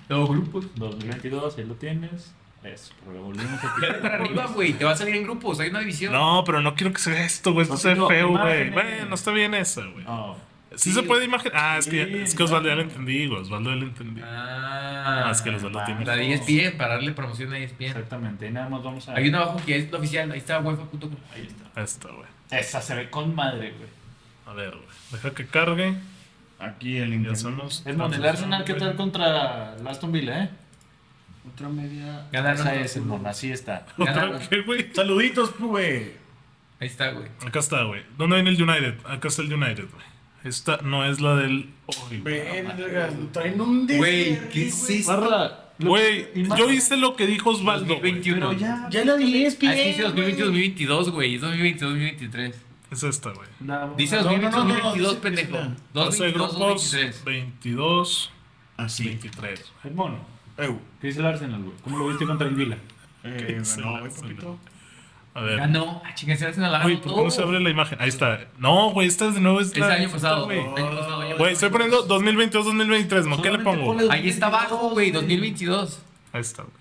S2: Los grupos.
S5: 2022, ahí lo tienes. Eso, pero volvemos a
S2: Dale para arriba, güey. Te va a salir en grupos. Hay una división.
S1: No, pero no quiero que sea esto, güey. Esto
S5: No,
S1: se ve
S5: no,
S1: feo, güey.
S5: imágenes.
S1: Bueno, está bien esa, güey.
S5: No.
S1: Sí,
S2: Sí,
S1: se puede imaginar. Ah, es que, ya-
S5: Sí,
S1: es que Osvaldo ya lo
S5: claro.
S1: entendí, güey. Osvaldo ya lo entendí.
S2: Ah.
S1: Ah, es que los Osvaldo
S5: va.
S1: tiene.
S2: La de E ESPN, para darle promoción a E ESPN.
S5: Exactamente, ahí nada más vamos a.
S2: Hay uno abajo que es oficial. Ahí está, UEFA.com.
S5: Ahí está.
S1: Esta, güey.
S5: Esa se ve con madre, güey.
S1: A ver, güey. Deja que cargue.
S4: Aquí el
S1: Ya
S4: internet.
S1: somos.
S5: Es más, el Arsenal, ¿qué tal contra el Aston Villa, eh?
S4: Otra media.
S2: Ganaron.
S5: Esa es, hermano, así está.
S1: ¿Otra
S2: Ganaron.
S1: qué, güey?
S4: Saluditos, pu, güey.
S2: Ahí está, güey.
S1: Acá está, güey. ¿Dónde viene el United? Acá está el United, güey. Esta no es la del. Ay, güey.
S4: Vergas, traen un desvergue,
S2: Güey, ¿qué es
S4: güey.
S2: esto?
S5: Barra, lo-
S1: Güey, yo
S5: imagen-
S1: hice lo que dijo Osvaldo. güey.
S2: 2021.
S5: Pero ya.
S4: Ya la di ESPN.
S2: Así dice
S4: güey.
S2: 2021-2022, güey. Es 2022-2023.
S1: Es esta, güey.
S5: la-
S2: Dice
S4: No, no, no, no,
S2: 2022,
S4: sí,
S2: pendejo.
S4: sí, sí.
S1: Fase de grupos
S2: 2022-2023.
S1: 22,
S4: Así.
S1: 23. güey.
S5: Edmond,
S4: Ah, Eu.
S5: ¿qué dice el Arsenal, güey? ¿Cómo lo viste contra el Villa?
S1: ¿Qué
S4: Eh,
S1: es
S4: ganó,
S1: el
S4: güey,
S1: Arsenal?
S4: papito.
S1: A ver.
S2: Ganó. Ah, chinga, se hacen al
S1: Güey, ¿por qué no se abre la imagen? Ahí está. No, güey, esta es de nuevo. Es
S2: Es
S1: la
S2: año
S1: esta,
S2: pasado.
S1: güey.
S2: año pasado, año pasado.
S1: Güey, estoy poniendo 2022-2023, ¿no? ¿Qué le pongo?
S5: ponle-
S2: Ahí está abajo, güey. 2022.
S1: Ahí está, güey.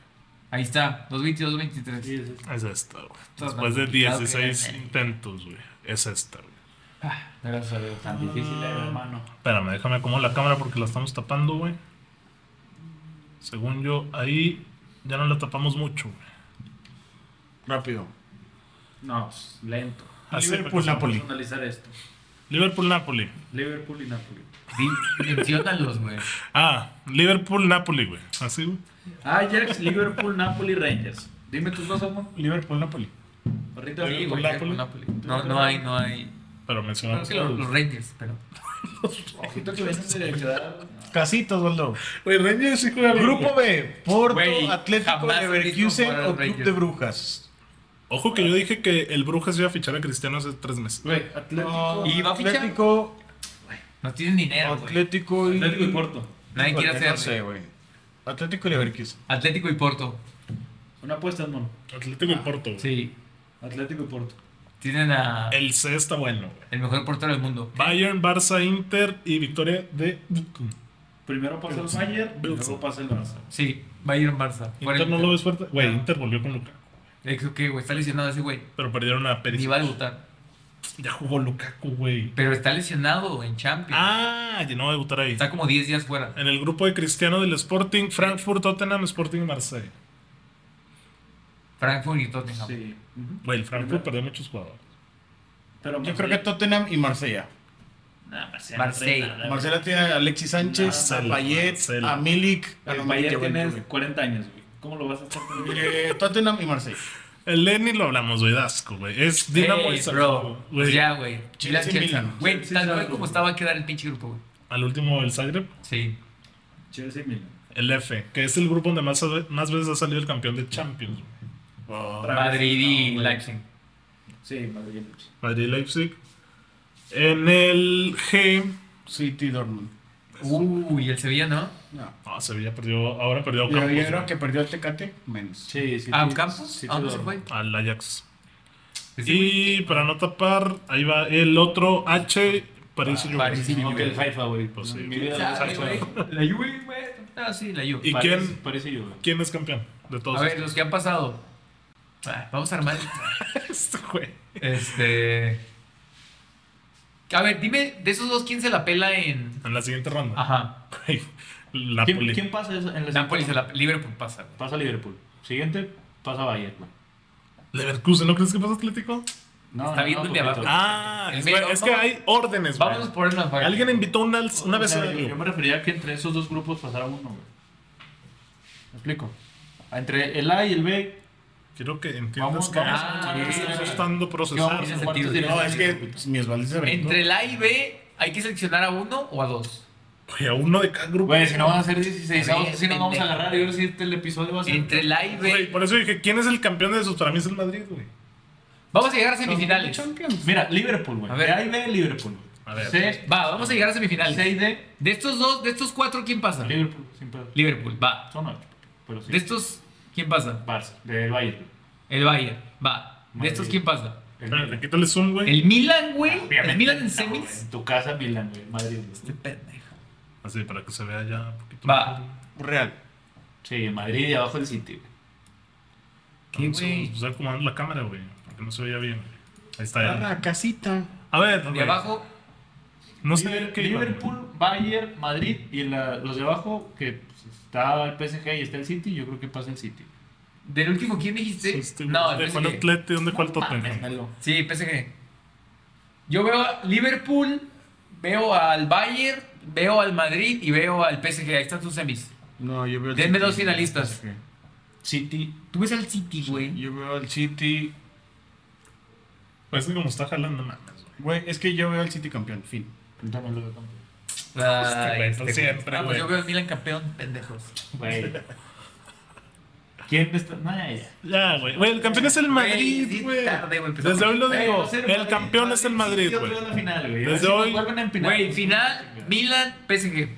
S2: Ahí está. 2022-2023.
S5: Sí, sí, sí.
S1: Es esta, güey.
S2: Está
S1: Después de
S2: tan complicado que
S1: 16
S2: era, eh.
S1: intentos, güey. Es esta, güey.
S2: Gracias a Dios.
S5: Tan difícil, eh, hermano.
S1: Espérame, déjame acomodar la cámara porque la estamos tapando, güey. Según yo, ahí ya no la tapamos mucho, güey.
S4: Rápido.
S1: Ah.
S5: No, pues, lento.
S1: Así,
S4: Liverpool,
S1: porque-
S4: Napoli.
S5: pues, analizar esto.
S1: Liverpool-Napoli.
S5: Liverpool y Napoli.
S2: Menciónalos, güey.
S1: Ah, Liverpool-Napoli, güey. Así, güey.
S5: Ajax, Liverpool, Napoli, Rangers. Dime tus dos, Edmond.
S4: Liverpool, Napoli.
S5: Ahorita
S2: Sí, güey,
S1: Napoli.
S2: Napoli. No, no hay, no hay.
S1: Pero
S2: Creo
S1: mencionamos.
S2: que los, los Rangers, pero.
S5: Ojito que vienes de quedar.
S4: Casitos, Osvaldo.
S1: Güey, Rangers sí juega
S4: Grupo B. Porto,
S2: Güey,
S4: Atlético,
S2: jamás he visto
S4: Leverkusen
S2: jugar al
S4: o Club
S2: Rangers.
S4: de Brujas.
S1: Ojo que yo dije que el Brujas iba a fichar a Cristiano hace tres meses.
S5: Güey, Atlético.
S2: ¿Y va a fichar?
S4: Atlético,
S2: No tienen dinero, güey.
S4: Atlético y...
S5: Atlético y Porto.
S2: Nadie quiere
S4: Híjole, No sé,
S2: hacer.
S4: güey. Atlético y Leverkusen.
S2: Atlético y Porto.
S5: Una apuesta, mono.
S1: Atlético y Porto. güey.
S2: Ah, Sí.
S5: Atlético y Porto.
S2: Tienen a
S1: El C está bueno, güey.
S2: el mejor portero del mundo.
S1: Bayern, Barça, Inter y victoria de.
S5: Primero pasa el Bayern,
S1: Bills.
S5: luego pasa el Barça.
S2: Sí, Bayern Barça. Por
S1: Inter
S2: el-
S1: no lo ves fuerte. Güey,
S2: Ah.
S1: Inter volvió con Lukaku.
S2: Es que, güey, está lesionado ese güey.
S1: Pero perdieron a Pérez.
S2: Ni va a debutar.
S1: Ya jugó Lukaku, güey.
S2: Pero está lesionado en Champions.
S1: Ah, ya no va a debutar ahí.
S2: Está como 10 días fuera.
S1: En el grupo de Cristiano del Sporting, Frankfurt, Tottenham, Sporting, Marseille.
S2: Frankfurt y Tottenham.
S5: Sí. Ujú.
S1: Güey, el Frankfurt perdió muchos jugadores.
S5: Pero
S4: Yo creo que Tottenham y Marsella.
S2: Marsella.
S4: Marsella tiene a Alexis Sánchez,
S1: Marcelo,
S4: a Payet,
S1: Marcelo.
S4: a Milik, a
S5: El
S4: los
S5: Bayern
S4: Milik
S5: tiene
S4: Juventus,
S5: 40 años, güey. ¿Cómo lo vas a hacer?
S4: güey. Eh, Tottenham y Marsella.
S1: El Lenny lo hablamos, güey, de asco, güey. Es Dinamo
S2: Ey,
S1: y Zagreb.
S2: bro.
S1: güey.
S2: Ya, güey.
S4: Chelsea,
S2: Milan, Chelsea.
S4: Milan.
S2: Güey,
S5: Chelsea,
S2: tal cual
S5: Zagreb.
S2: como estaba a quedar el pinche grupo, güey.
S1: Al último, el Zagreb.
S2: Sí.
S5: Chelsea y Milan.
S1: El F, que es el grupo donde más, más veces ha salido el campeón de Champions. güey.
S5: Otra vez,
S2: Madrid y
S5: no, güey.
S2: Leipzig.
S5: Sí, Madrid y Leipzig.
S1: Madrid, Leipzig. En el G.
S4: City, Dortmund.
S2: Uy, el Sevilla, ¿no?
S4: No.
S1: No, ah, Sevilla perdió. Ahora perdió a
S4: Yo
S1: Ocampos,
S4: yo creo
S1: güey,
S4: que perdió el Tecate, menos.
S5: Sí, sí.
S2: ¿A
S5: sí,
S2: Campos?
S5: sí,
S2: Ah, ¿A dónde se
S5: sí,
S2: fue?
S1: Al Ajax.
S2: Ese güey.
S1: Y para no tapar, ahí va el otro H. París y
S2: París y
S1: Juventus.
S5: No, que el Haifa, güey.
S1: Pues
S5: No,
S1: sí.
S5: mi vida lo
S2: Ya,
S5: sabe,
S2: güey.
S5: güey.
S2: La Juve, güey. Ah, sí, la Juve.
S1: ¿Y
S5: Parece-
S1: quién?
S5: Parece yo, güey.
S1: ¿Quién es campeón de todos?
S2: A ver, los que han pasado. Ah, Vamos a armar.
S1: este güey.
S2: Este. A ver, dime, de esos dos, ¿quién se la pela en.
S1: En la siguiente ronda.
S2: Ajá.
S1: Güey, La
S5: ¿Quién,
S1: poli.
S5: quién pasa eso en la
S2: Napoli se la. Liverpool pasa, güey.
S5: Pasa Liverpool. Siguiente, pasa Bayern, güey.
S1: Leverkusen, ¿no crees que pasa Atlético?
S5: No,
S2: Está viendo el de abajo.
S5: poquito.
S1: Ah,
S2: El
S1: es,
S2: mero,
S1: güey, es que
S2: vamos-
S1: hay órdenes, güey.
S2: Vamos por una parte.
S1: Alguien invitó una, Ah, una vez
S5: O
S1: a
S5: sea, yo, yo me refería a que entre esos dos grupos pasara uno, güey. ¿Me explico? Ah, Entre el A y el B,
S1: Quiero que entiendas
S5: Vamos,
S1: que
S5: vamos.
S2: Ah,
S1: que estás
S2: ok.
S1: estando
S5: vamos
S2: Tiene
S5: a
S1: procesando.
S5: cuartos
S2: sentido,
S5: de
S4: No,
S5: final,
S4: es
S5: güey.
S4: que pues, mi Osvaldo se aventó.
S2: Entre el A y B, ¿hay que seleccionar a uno o a dos?
S1: Güey, a uno de cada grupo.
S5: Güey, si no van a ser 16
S2: A ver,
S5: avos, si no vamos a
S2: pendejo.
S5: agarrar. Yo creo que este- el episodio va a ser...
S2: Entre el A y
S1: Güey,
S2: B.
S1: por eso dije, ¿quién es el campeón de sus? Para mí es el Madrid, güey.
S2: Vamos a llegar a semifinales.
S5: Mira, Liverpool, güey.
S2: A ver.
S5: De A y B, Liverpool.
S1: A ver.
S5: C,
S2: Va, vamos a llegar a semifinales.
S5: C y D,
S2: De estos dos, de estos cuatro, ¿quién pasa?
S5: Liverpool, sin pedo.
S2: Liverpool, va.
S5: Son ocho, pero sí.
S2: De estos, ¿quién pasa?
S5: Barça, de Bayern. güey.
S2: El Bayern, va. De estos,
S5: Madrid.
S2: ¿quién pasa?
S5: El
S1: Espérate,
S5: Milan.
S1: quítale zoom, güey.
S2: El Milan, güey.
S5: Obviamente,
S2: El Milan en
S5: no,
S2: semis.
S5: En tu casa, Milan, güey. Madrid. güey.
S2: Este pendejo.
S1: Así, para que se vea ya un poquito.
S2: Va.
S4: Real.
S5: Sí, Madrid y abajo el City, güey.
S2: ¿Qué,
S1: Vamos a
S2: güey?
S1: usar acomodando la cámara, güey. Porque no se veía bien. Ahí está
S4: A
S1: ya.
S4: la Ah, casita.
S1: A ver,
S2: De
S1: güey,
S2: abajo,
S1: No sé
S5: Liber-
S1: qué.
S5: Liverpool, Bayern, Madrid y la- los de abajo, que pues, está el PSG y está el City, yo creo que pasa el City.
S2: del último, ¿quién dijiste?
S1: no, pues
S2: No,
S1: ¿Dónde
S2: el
S1: fue el
S2: PSG.
S1: Atleti? ¿Dónde fue el Tottenham?
S2: Sí, PSG. Yo veo a Liverpool, veo al Bayern, veo al Madrid y veo al PSG. Ahí están sus semis.
S4: No, yo veo el
S2: Denme
S4: City.
S2: dos finalistas.
S5: City,
S2: Tú ves al City, güey.
S4: Yo veo al City.
S1: Pues que como está jalando, mames, güey.
S4: Güey, es que yo veo al City campeón, fin.
S5: yo también lo veo campeón.
S1: Este
S2: Ay,
S1: güey,
S2: este
S1: por
S2: güey.
S1: siempre,
S2: Ah, pues
S1: güey.
S2: yo veo al Milan campeón, pendejos.
S5: Güey. ¿Quién está? No, ya, ya.
S1: Ya, güey. Güey, el campeón es el Madrid,
S2: sí,
S1: güey.
S2: tarde, güey, empezó
S1: Desde
S2: con-
S1: hoy lo
S5: Güey,
S1: digo.
S5: va a ser
S1: El campeón es el Madrid,
S5: City otra
S1: güey.
S5: vez la final, güey. A
S1: Desde
S5: ver si nos
S1: hoy-
S5: vuelven a empinar.
S2: Güey, final, Milan, PSG.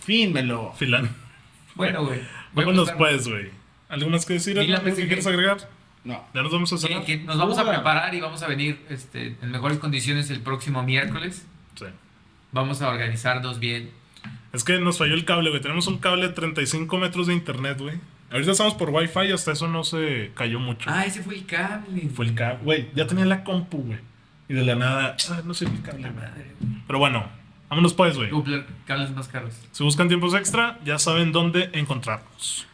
S4: Fin, me lo.
S1: Filán.
S2: Bueno, güey. voy a
S1: Vámonos
S2: apostar.
S1: pues, güey. ¿Algo más que decir? ¿Algo
S2: Milan,
S1: más pues, que
S2: PSG.
S1: quieres agregar?
S4: No.
S1: Ya nos vamos a cerrar.
S2: Que- que nos vamos a preparar y vamos a venir este, en mejores condiciones el próximo miércoles.
S1: Sí.
S2: Vamos a organizarnos bien.
S1: Es que nos falló el cable, güey. Tenemos un cable de 35 metros de internet, güey. Ahorita estamos por wifi y hasta eso no se cayó mucho.
S2: Ah, ese fue el cable.
S1: Fue el cable. Güey, ya tenía la compu, güey. Y de la nada, ah, no sirve el cable,
S2: La
S1: güey.
S2: madre, güey.
S1: Pero bueno, vámonos pues, güey.
S2: Tuvo pla- cables más caros.
S1: Si buscan tiempos extra, ya saben dónde encontrarnos.